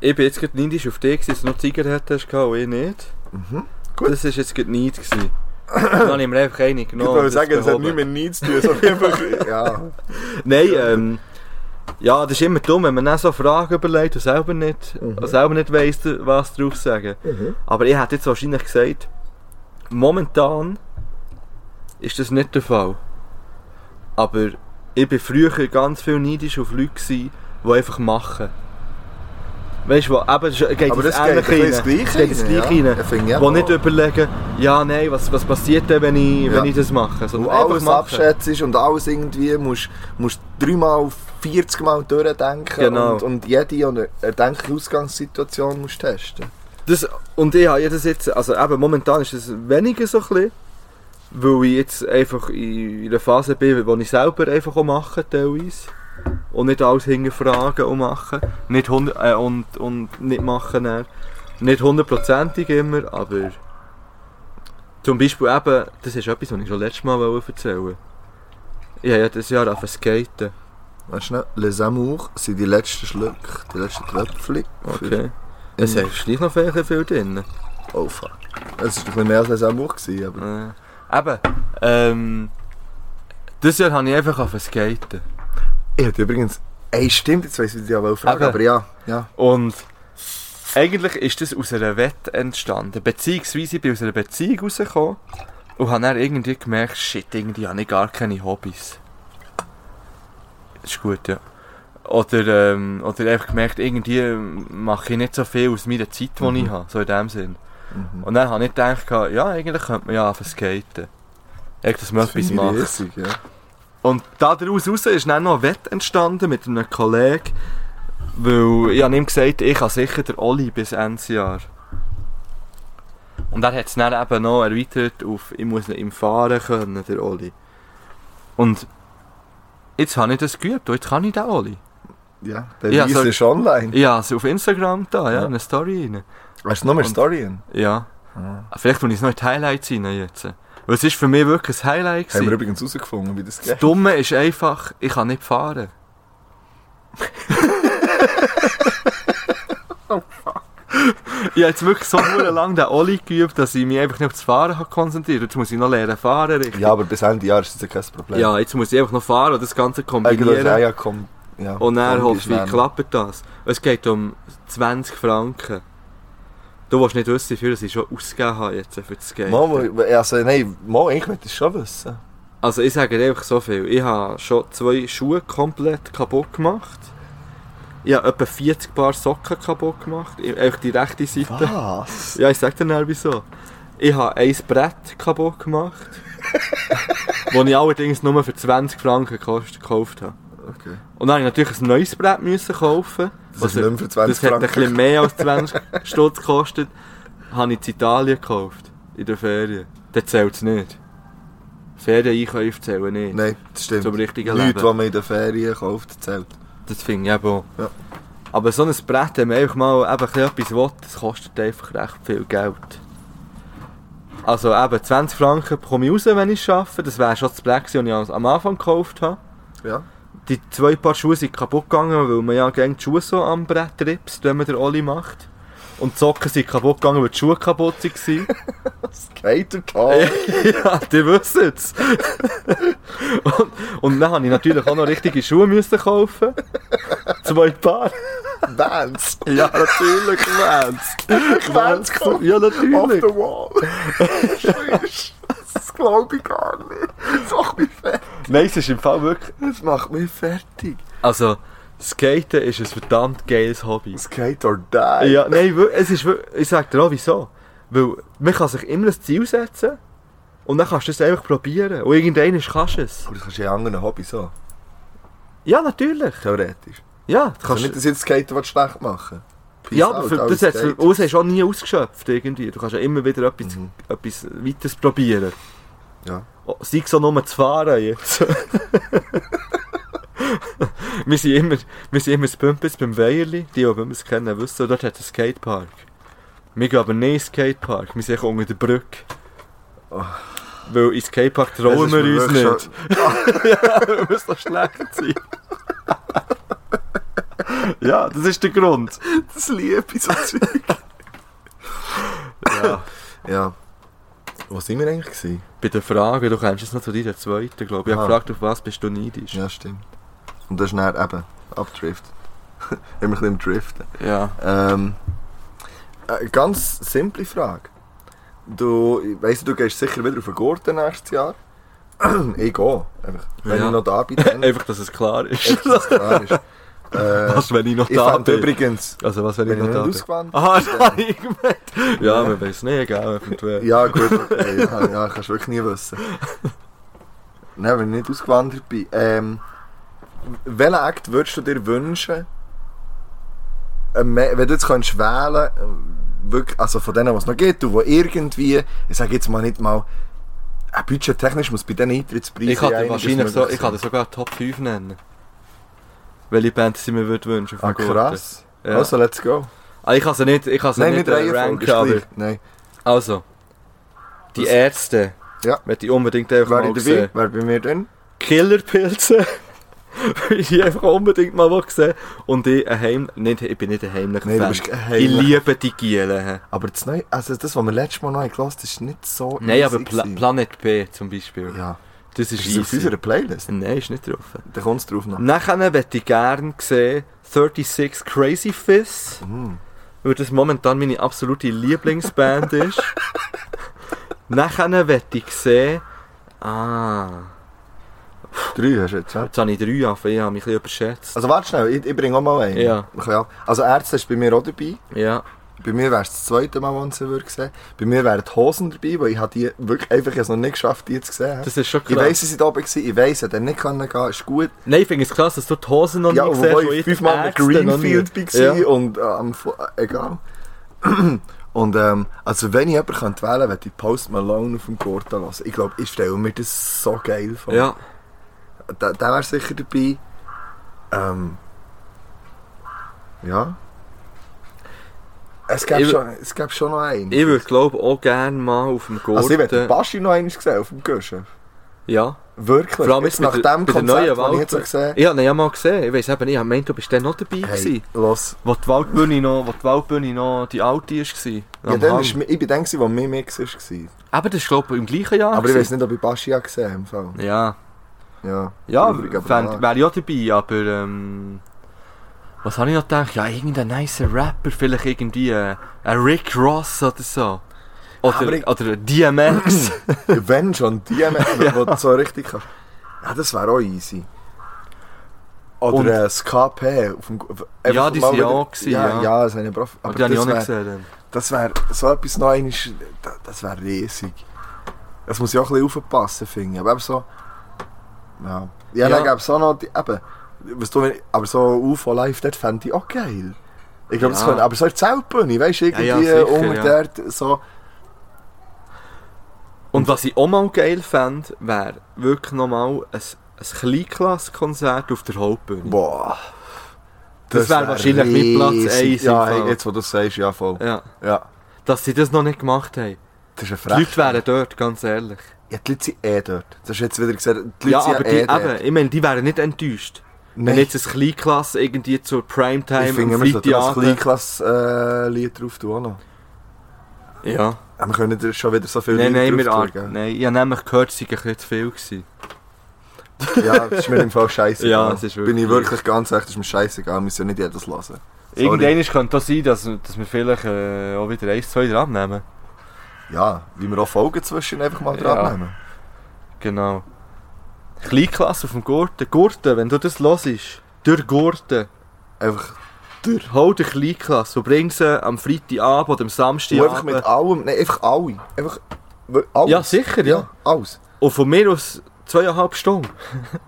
Ich bin jetzt gerade neidisch auf dich, gewesen, dass du noch Zigaretten hast gehabt und ich nicht.
Mhm. Gut.
Gut. Das war jetzt gerade neid. gewesen. Dann habe ich mir einfach eine
Ich
genommen. und
würde
das
sagen, das hat
behoben.
nicht mehr nichts zu tun, sondern einfach, ja.
Nein, ähm... Ja, das ist immer dumm, wenn man dann so Fragen überlegt und selber nicht,
Mhm.
und selber nicht weiss, was drauf zu sagen. Aber ich hätte jetzt wahrscheinlich gesagt, momentan ist das nicht der Fall. Aber ich bin früher ganz viel neidisch auf Leute, gewesen, die einfach machen. Weißt du, wo- eben, es geht
Aber
ins
das geht ein
Ähnliche
bisschen
rein.
das
Es
Gleiche
geht ins
rein,
Gleiche
ja.
rein.
Ich finde ja
Wo
auch.
nicht überlegen, ja, nein, was, was passiert denn, wenn ich,
Ja.
wenn ich das mache?
Und
Sondern einfach
alles
machen.
abschätzt und alles irgendwie musst musst dreimal, 40 Mal durchdenken
Genau.
und, und jede und erdenkliche Ausgangssituation musst testen.
Das, und ich habe das jetzt, also eben, momentan ist es weniger so ein bisschen, weil ich jetzt einfach in in einer Phase bin, wo ich selber einfach auch mache, teilweise. Und nicht alles hinterfragen und machen. Nicht hund äh, und, und nicht machen dann. Nicht hundertprozentig immer, aber zum Beispiel eben, das ist etwas, was ich schon letztes Mal wollte erzählen wollte. Ich habe ja dieses Jahr angefangen zu skaten.
Weißt du nicht, Les Amours sind die letzten Schlücke, die letzten Tröpfchen.
Okay. Es ist gleich noch viel, viel drin.
Für- Oh fuck. Es war ein bisschen mehr als Les Amours, gewesen, aber
Äh, eben, ähm, das Jahr habe ich einfach auf skaten.
ich hätte übrigens... Ey, stimmt, jetzt weiss ich, was ich auch fragen
Eben.
aber ja, ja.
Und eigentlich ist das aus einer Wette entstanden. Beziehungsweise ich bin aus einer Beziehung rausgekommen und habe dann irgendwie gemerkt, shit, irgendwie habe ich gar keine Hobbys. Ist gut, ja. Oder, ähm, oder einfach gemerkt, irgendwie mache ich nicht so viel aus meiner Zeit, die ich habe. So in dem Sinn.
Mhm.
Und dann habe ich gedacht, ja, eigentlich könnte man ja anfangen zu skaten. Echt, dass man
Das
etwas
finde ich
macht.
riesig, ja.
Und daraus raus ist dann noch ein Wett entstanden mit einem Kollegen, weil ich habe ihm gesagt, ich habe sicher den Oli bis Ende Jahr. Und er hat es dann eben noch erweitert auf, ich muss ihm fahren können, der Oli. Und jetzt habe ich das geübt und jetzt kann ich den Oli.
Ja, der
Ja,
Wies
so-
ist online.
Ich habe es auf Instagram da, ja,
Ja.
eine Story rein.
Hast du noch mehr
Und-
Story? hin?
Ja,
Ah.
vielleicht muss ich es noch in die Highlights rein jetzt. Weil es ist für mich wirklich ein Highlight
Haben wir
gewesen.
übrigens herausgefunden, wie das
Das
geht.
Dumme ist einfach, ich kann nicht fahren. Ich habe jetzt wirklich so verdammt lange den Oli geübt, dass ich mich einfach nicht auf das Fahren habe konzentriert Jetzt muss ich noch lernen fahren, richtig?
Ja, aber bis Ende Jahr ist das ja kein Problem.
Ja, jetzt muss ich einfach noch fahren und das Ganze
eigentlich
kombinieren.
ja, ja, komm. Ja,
und dann
komm,
holst
ist
du, wie
dann-
klappt das? Es geht um 20 Franken. Du willst nicht wissen, wie viel ich schon ausgegeben habe jetzt für das Geld.
Mal, wo- also, nein, mal, eigentlich möchte ich es schon wissen.
Also ich sage dir einfach so viel. Ich habe schon zwei Schuhe komplett kaputt gemacht. Ich habe etwa 40 Paar Socken kaputt gemacht. Ich- Einfach die rechte Seite.
Was?
Ja, ich sag dir dann wieso. Ich habe ein Brett kaputt gemacht. das ich allerdings nur für 20 Franken gekost- gekauft habe.
Okay.
Und dann habe ich natürlich ein neues Brett müssen kaufen.
Das ist nicht mehr für 20
das hat ein bisschen
Franken.
mehr als 20 Stutz gekostet. Habe ich in Italien gekauft. In der Ferien. Dann zählt es nicht. Ferieneinkäufe zählen nicht.
Nein, das stimmt.
Zum richtigen
Leute,
Leben.
die man in den Ferien kauft, zählt.
Das finde ich eben auch.
Ja.
Aber so ein Brett, wenn man einfach mal eben ein bisschen etwas will, das kostet einfach recht viel Geld. Also eben 20 Franken bekomme ich raus, wenn ich es schaffe. Das wäre schon das Brett, gewesen, das ich am Anfang gekauft habe.
Ja.
Die zwei Paar Schuhe sind kaputt gegangen, weil man ja gerne die Schuhe so am Brett ripst, wenn man den Oli macht. Und die Socken sind kaputt gegangen, weil die Schuhe kaputt waren.
Skater-Tag.
ja, die wissen es. und, und dann habe ich natürlich auch noch richtige Schuhe müssen kaufen. Zwei Paar.
Bands.
Ja, natürlich, Vans.
Vans kaufen.
Ja,
Off
natürlich.
the wall. Scheiße. Das glaube ich gar nicht. Das macht mich fertig.
Nein, es ist im Fall wirklich...
Das macht mich fertig.
Also, Skaten ist ein verdammt geiles Hobby.
Skate or die.
Ja, nein, wir- es ist wir- ich sag dir auch wieso. Weil man kann sich immer ein Ziel setzen und dann kannst du es einfach probieren. Und irgendwann kannst du es.
Aber das kannst du ja in anderen Hobby so.
Ja, natürlich.
Theoretisch.
Ja, das kannst
Kannst du Also nicht, dass jetzt Skater was schlecht machen Peace
Ja, aber
out,
für, oh,
alles
das hat's-
Skate.
und es hast du auch nie ausgeschöpft irgendwie. Du kannst ja immer wieder etwas,
Mhm.
etwas weiteres probieren.
Ja.
Oh, Sei es auch nur zu fahren jetzt. wir, sind immer, wir sind immer in Bümpis beim Weierli. Die, die Bümpis kennen, wissen, dort hat es einen Skatepark. Wir gehen aber nicht in den Skatepark, wir sind unter der Brücke.
Oh.
Weil in Skatepark trauen
Das
wir
ist mir
uns
wirklich
nicht. Wir müssen doch schlecht sein. ja, das ist der Grund.
schon- Das liebe ich so Zeug.
Ja.
Ja. Wo sind wir eigentlich gewesen?
Bei den Fragen, du kennst es noch zu deiner zweiten, glaube ich. Ich habe
Ah.
gefragt, auf was bist du neidisch?
Ja, stimmt. Und das ist dann eben abdrift. Immer ein bisschen im Driften.
ja.
Ähm, eine ganz simple Frage. Du, ich weiss, du gehst sicher wieder auf den Gurten nächstes Jahr. ich gehe. Einfach. Wenn
Ja.
ich noch da bin, dann.
Einfach, dass es klar ist.
Jetzt, dass es klar ist. Äh,
Was, wenn ich noch
ich
da
fand
bin?
übrigens,
Also was, wenn
wenn
ich
ich
noch
nicht
da bin?
ausgewandt
Aha, das habe ich gemeint. Ja, man weiß nicht, gell, eventuell.
Ja, gut, okay. ja, ja, kannst du wirklich nie wissen. Nein, wenn ich nicht ausgewandert bin. Ähm, welchen Akt würdest du dir wünschen, ähm, wenn du jetzt könntest wählen ähm, wirklich, also von denen, was es noch gibt, und wo irgendwie, ich sage jetzt mal nicht mal, äh, budgettechnisch muss bei diesen Eintrittspreisen
ich kann dir
einiges
wahrscheinlich so,
möglich
ich kann dir
sein.
sogar Top 5 nennen. Welche Band sie mir würde wünschen
Ah,
Gurten.
krass.
Ja.
Also, let's go.
Ah, ich kann sie nicht, ich kann sie
Nein,
nicht,
nicht
äh,
Reihenfolge,
ranken,
ist
aber...
gleich. Nein.
Also, die
Das-
Ärzte.
Dus- Ja.
Möchte ich unbedingt einfach
Wer
mal
dabei?
sehen.
Wer bei mir denn?
Killerpilze. Weil ich die einfach unbedingt mal will sehen Und ich ein eh, Heim... Nicht, ich bin nicht ein heimlicher
Nein, du
Fan.
bist kein
ich
heimlicher-
liebe die Gielen.
Aber das, neue, also das, was wir letztes Mal noch haben gehört haben, ist nicht so
Nein, aber
easy
Pla
gewesen.
Planet B zum Beispiel.
Ja,
Das ist,
ist es auf
easy.
unserer Playlist.
Nein, ist nicht drauf.
Da kommt es drauf noch.
Nachher möchte ich gerne sehen 36 Crazy Fists,
Mm.
weil das momentan meine absolute Lieblingsband ist. Nachher möchte ich sehen... Ah...
Drei hast du jetzt, ja?
Jetzt habe ich drei angefangen, ich habe mich ein bisschen überschätzt.
Also warte schnell, ich, ich bringe auch mal einen.
Ja.
Okay, ja. Also Ärzte ist bei mir auch dabei.
Ja.
Bei mir wäre es das zweite Mal, wenn ich sie würde sehen Bei mir wären die Hosen dabei, weil ich habe die wirklich einfach ich habe es noch nicht geschafft die zu sehen.
Das ist schon
ich
krass.
weiss, sie sind oben gewesen, ich weiss, ich hätte nicht können gehen, ist gut.
Nein, ich finde es krass, dass du die Hosen noch
Ja,
nicht
und
siehst.
wo
die
ich
die
fünfmal mit
Ärzte noch
Greenfield
nicht.
war
Ja.
und äh, am, Fu- äh, egal. Und ähm, also wenn ich jemanden könnte wählen könnte, würde ich Post Malone auf dem Gurten lassen. Ich glaube, ich stelle mir das so geil vor.
ja,
Der, der wäre sicher dabei. Ähm, ja. Es gäbe,
Ich wü-
schon, es gäbe schon noch einen.
ich würde glaube auch gerne mal auf dem Gurten...
also ich möchte Basti noch einmal sehen auf dem Guschen.
ja.
Wirklich.
Vor allem jetzt
jetzt nach
bei der-
dem
bei der neuen
Konzert, das ich jetzt
Wahl-
gesehen
Ich habe ihn ja mal gesehen. Ich weiss eben nicht, ich meinte, du bist dann noch dabei
Hey,
gewesen.
los.
Wo die Waldbühne noch, wo die, Waldbühne noch die alte war.
Ja, dann ist, mi- ich bin der, gewesen, der mehr Mix war.
Aber das ist glaube ich im gleichen Jahr.
Aber ich weiß
Ah, gewesen.
nicht, ob ich Baschi auch gesehen habe. im Fall.
Ja.
Ja,
Ja,
Traurig, aber wahr.
fänd- wäre ich auch dabei, aber ähm, was habe ich noch gedacht? Ja, irgendein nicer Rapper, vielleicht irgendwie äh, ein Rick Ross oder so.
Aber
Oder,
ich-
oder ein DMX.
Wenn schon die, ja. wo du so richtig kannst. Ja, das wäre auch easy.
Und-
Oder ein KP. Auf dem, Gu- auf-
äh, Ja,
einfach
die
mal
sind ja
wieder-
auch gewesen,
Ja,
ja.
ja, das habe ich aber auch-
aber
aber
die habe ich auch nicht
das wäre
gesehen. dann.
das wär, so etwas Neues, das, das wäre riesig. Das muss ich auch ein bisschen aufpassen, finde ich. Aber eben so... Ja,
Ja.
ja, dann gäbe es auch noch... Die, eben, weißt du, wenn- aber so UFO Live, das fände ich auch geil. Ich glaube, das
Ja.
könnte... Aber so in der Zeltbühne, weißt du, irgendwie
ja,
ja,
sicher,
unter
ja.
der... So,
Und was ich auch mal geil fände, wäre wirklich nochmal ein, ein Kleinklass-Konzert auf der Hauptbühne.
Boah.
Das wär wahrscheinlich mit
riesig.
Platz eins im
Ja,
Fall.
hey, jetzt wo du es sagst, ja voll.
Ja.
Ja,
Dass sie das noch nicht gemacht haben.
das ist ein
Die Leute
Frech.
wären dort, ganz ehrlich.
Ja, die Leute sind eh dort. Das hast du jetzt wieder gesagt. Die Leute
ja,
sind
aber
eh
die,
dort.
eben, ich meine, die wären nicht enttäuscht. Wenn
Nein,
jetzt eine Kleinklasse irgendwie zur Primetime
ich finde,
am
wir sollten das
Freitagabend-
Kleinklass-Lied drauf tun. auch noch.
Ja.
Ja, Wir können dir schon wieder so viel
Nein, nein, wir
drauf
ar-
tun, gell?
Nein, ich habe nämlich gehört, es sei ein bisschen zu viel gewesen.
Ja, das ist mir im Fall scheiße.
Ja, es ist wirklich-
Bin ich wirklich ganz echt, das ist mir scheißegal. Wir müssen ja nicht jedes hören. Sorry.
Irgendwann könnte das sein, dass, dass wir vielleicht äh, auch wieder eins, zwei dran nehmen.
Ja, wie wir auch Folgen zwischen einfach mal dran
Ja.
nehmen.
Genau. Kleinklasse auf dem Gurten. Gurten, wenn du das hörst, durch Gurten,
Einfach,
durch, hol dir Kleinklasse und bring sie am Freitagabend oder am
und einfach
Samstagabend.
mit allem, nein, einfach alle. Einfach, alles.
Ja, sicher, ja.
ja, alles.
Und von mir aus zweieinhalb Stunden.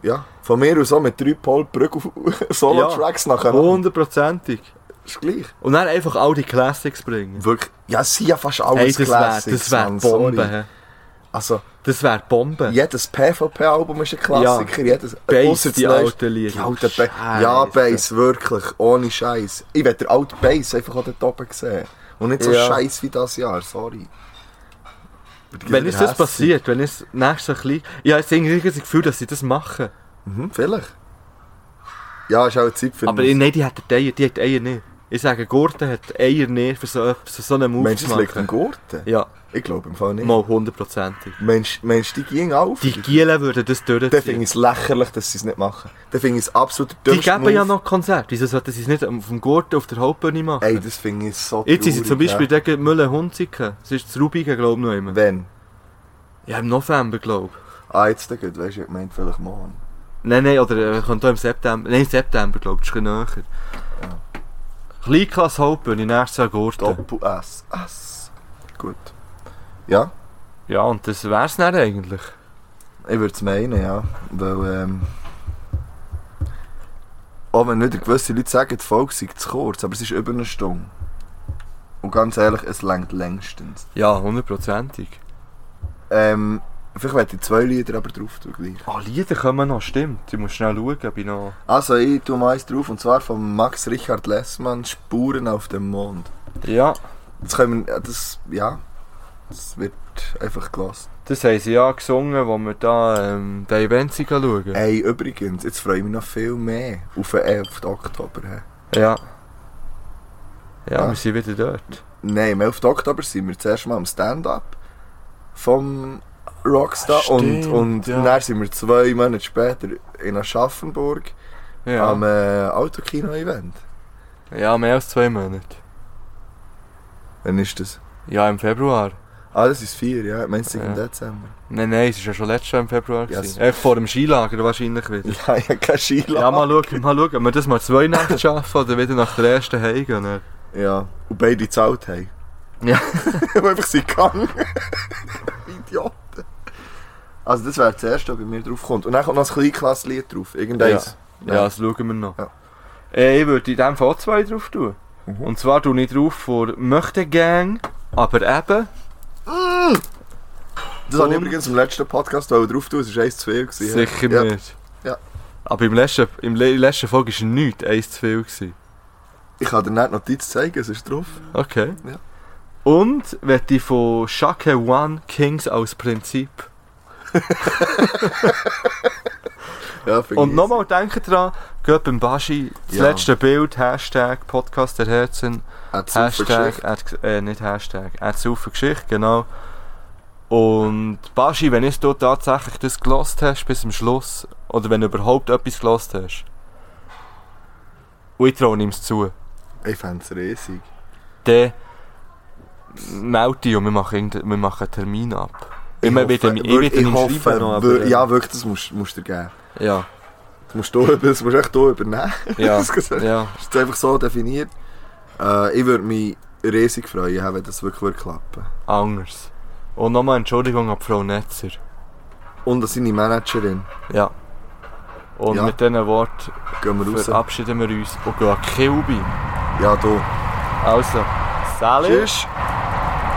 Ja, von mir aus auch mit drei Paul Brück auf Solo-Tracks nachher.
Hundertprozentig.
Ist gleich.
Und dann einfach all die Classics bringen.
Wirklich. Ja, es sind ja fast
Hey,
alles
das wäre
Classics,
das wär
Mann,
Bombe.
sorry.
hä?
Also,
Das wäre Bombe.
jedes PvP-Album ist ein Klassiker. Jedes,
Bass,
ausser das
die
neueste-
alten Lieder.
Die alten Bass.
Scheiße.
Ja, Bass, wirklich. Ohne Scheiß. Ich will den alten Bass einfach an den Toppen sehen. Und nicht so
Ja.
Scheiß wie das Jahr, sorry.
Wenn es das passiert, wenn es nächstes Jahr klein... Ich habe jetzt irgendwie das Gefühl, dass sie das machen.
Mhm, vielleicht. Ja, ist auch Zeit für
Aber
uns.
nein, die hat Eier, die hat Eier nicht. Ich sage, Gurten hat Eier nicht für so, etwas- für so einen Move
Mensch,
zu
es liegt
machen.
im Gurten.
Ja,
Ich glaube im Fall nicht.
mal hundertprozentig.
Mensch, Mensch, die ging auf.
Die Gielen würden das
Dann finde
durchziehen.
ich es lächerlich, dass sie es nicht machen. Dann finde ich es absolut
Die geben ja noch Konzerte. Wieso sollten sie es nicht auf dem Gurten auf der Hauptbühne machen?
Ey, das finde ich so
Jetzt sind sie zum
traurig,
Beispiel ja. gegen Müller-Hunziken. Das ist das Rubigen, glaube ich, noch
Ja.
immer.
Wenn?
Ja, im November, glaube ich.
Ah, jetzt dann gut, weißt du, ich meinte vielleicht morgen.
Nein, nein, oder äh, kommt auch im September. Nein, im September, glaube ich, das ist ein bisschen näher. Kleinklasse Hauptbühne, nächstes Jahr Gurten.
Doppel S. S. Gut. Ja,
Ja, und das wär's dann eigentlich.
ich würde es meinen, ja. Weil, ähm. Auch wenn wieder gewisse Leute sagen, die Folge sei zu kurz, aber es ist über eine Stunde. Und ganz ehrlich, es längt längstens.
Ja, hundertprozentig.
Ähm, vielleicht werde ich zwei Lieder aber drauf tun gleich.
Ah, Lieder kommen noch, stimmt. Ich muss schnell schauen, ob ich noch...
Also, ich tue mal eins drauf, und zwar von Max Richard Lessmann, Spuren auf dem Mond.
Ja,
Das können wir, ja, das, ja, das wird einfach gelassen.
das haben sie ja gesungen, wo wir da ähm, den Event schauen. gehen.
Hey, übrigens, jetzt freue ich mich noch viel mehr auf den 11. Oktober. hä?
Ja. ja.
Ja.
wir sind wieder dort.
Nein, am 11. Oktober sind wir zuerst mal am Stand-Up vom Rockstar
Ah, Stimmt,
und, und
ja.
dann sind wir zwei Monate später in Aschaffenburg
Ja,
am äh, Autokino-Event.
ja mehr als zwei Monate.
Wann ist das?
Ja, im Februar.
Ah, das ist 4, ja. Meinst du
Ja.
im Dezember?
Nein, nein, es war ja schon letztes Jahr im Februar.
Ja,
gewesen.
es-
Echt vor dem Skilager wahrscheinlich wieder.
Ja, ja, kein Skilager.
Ja, mal schauen, mal schauen, ob wir das mal zwei Nächte schaffen oder wieder nach der ersten heimgehen.
Ja. Und beide gezahlt haben.
Ja.
Und einfach sind gegangen. Idioten. Also das wäre das Erste, was bei mir drauf kommt. Und dann kommt noch ein Kleinklasslied drauf. Irgendeins.
Ja,
Ja.
das schauen wir noch.
Ja. Mhm.
Äh, Ich würde in diesem Fall zwei drauf tun. Und zwar tue ich drauf vor Möchte Gang, aber eben.
Das habe ich
Und-
übrigens im letzten Podcast wollen drauf tun. Es war eins zu viel. gewesen.
Sicher
ja.
nicht.
Ja.
Aber im letzten, im le- in der letzten Folge war nichts eins zu viel. Gewesen.
Ich kann dir nicht die Notiz zeigen, es ist drauf.
Okay.
Ja.
Und wenn ich von Shaka One Kings aus Prinzip.
Ja, finde
Und
ich
nochmal denken dran, geht beim Baschi das
Ja.
letzte Bild, Hashtag Podcast der Herzen.
easy. Hat super
Hashtag,
Geschichte.
er hat, ges- äh, nicht Hashtag, er hat saufer Geschichte, genau. Und Baschi, wenn jetzt du tatsächlich das gelost hast bis zum Schluss, oder wenn du überhaupt etwas gelost hast, und ich traue ihm es zu,
Ich fände es riesig.
dann melde dich und wir machen, irgende- wir machen einen Termin ab. Immer
hoffe-
wieder, ich
wir-
wieder
ich hoffe,
noch, aber, äh,
wir- Ja, wirklich, das musst, musst du dir geben.
ja,
Das musst du, das musst du echt hier übernehmen.
ja,
Das ist
ja.
einfach so definiert. Äh, ich würde mich riesig freuen, wenn das wirklich würde klappen
anders. Und nochmal Entschuldigung an Frau Netzer.
Und an seine Managerin.
Ja. Und
Ja.
mit diesen Worten
Gehen wir raus.
verabschieden wir uns und gehen an Kilby.
Ja, du.
Also, Salut.
Tschüss.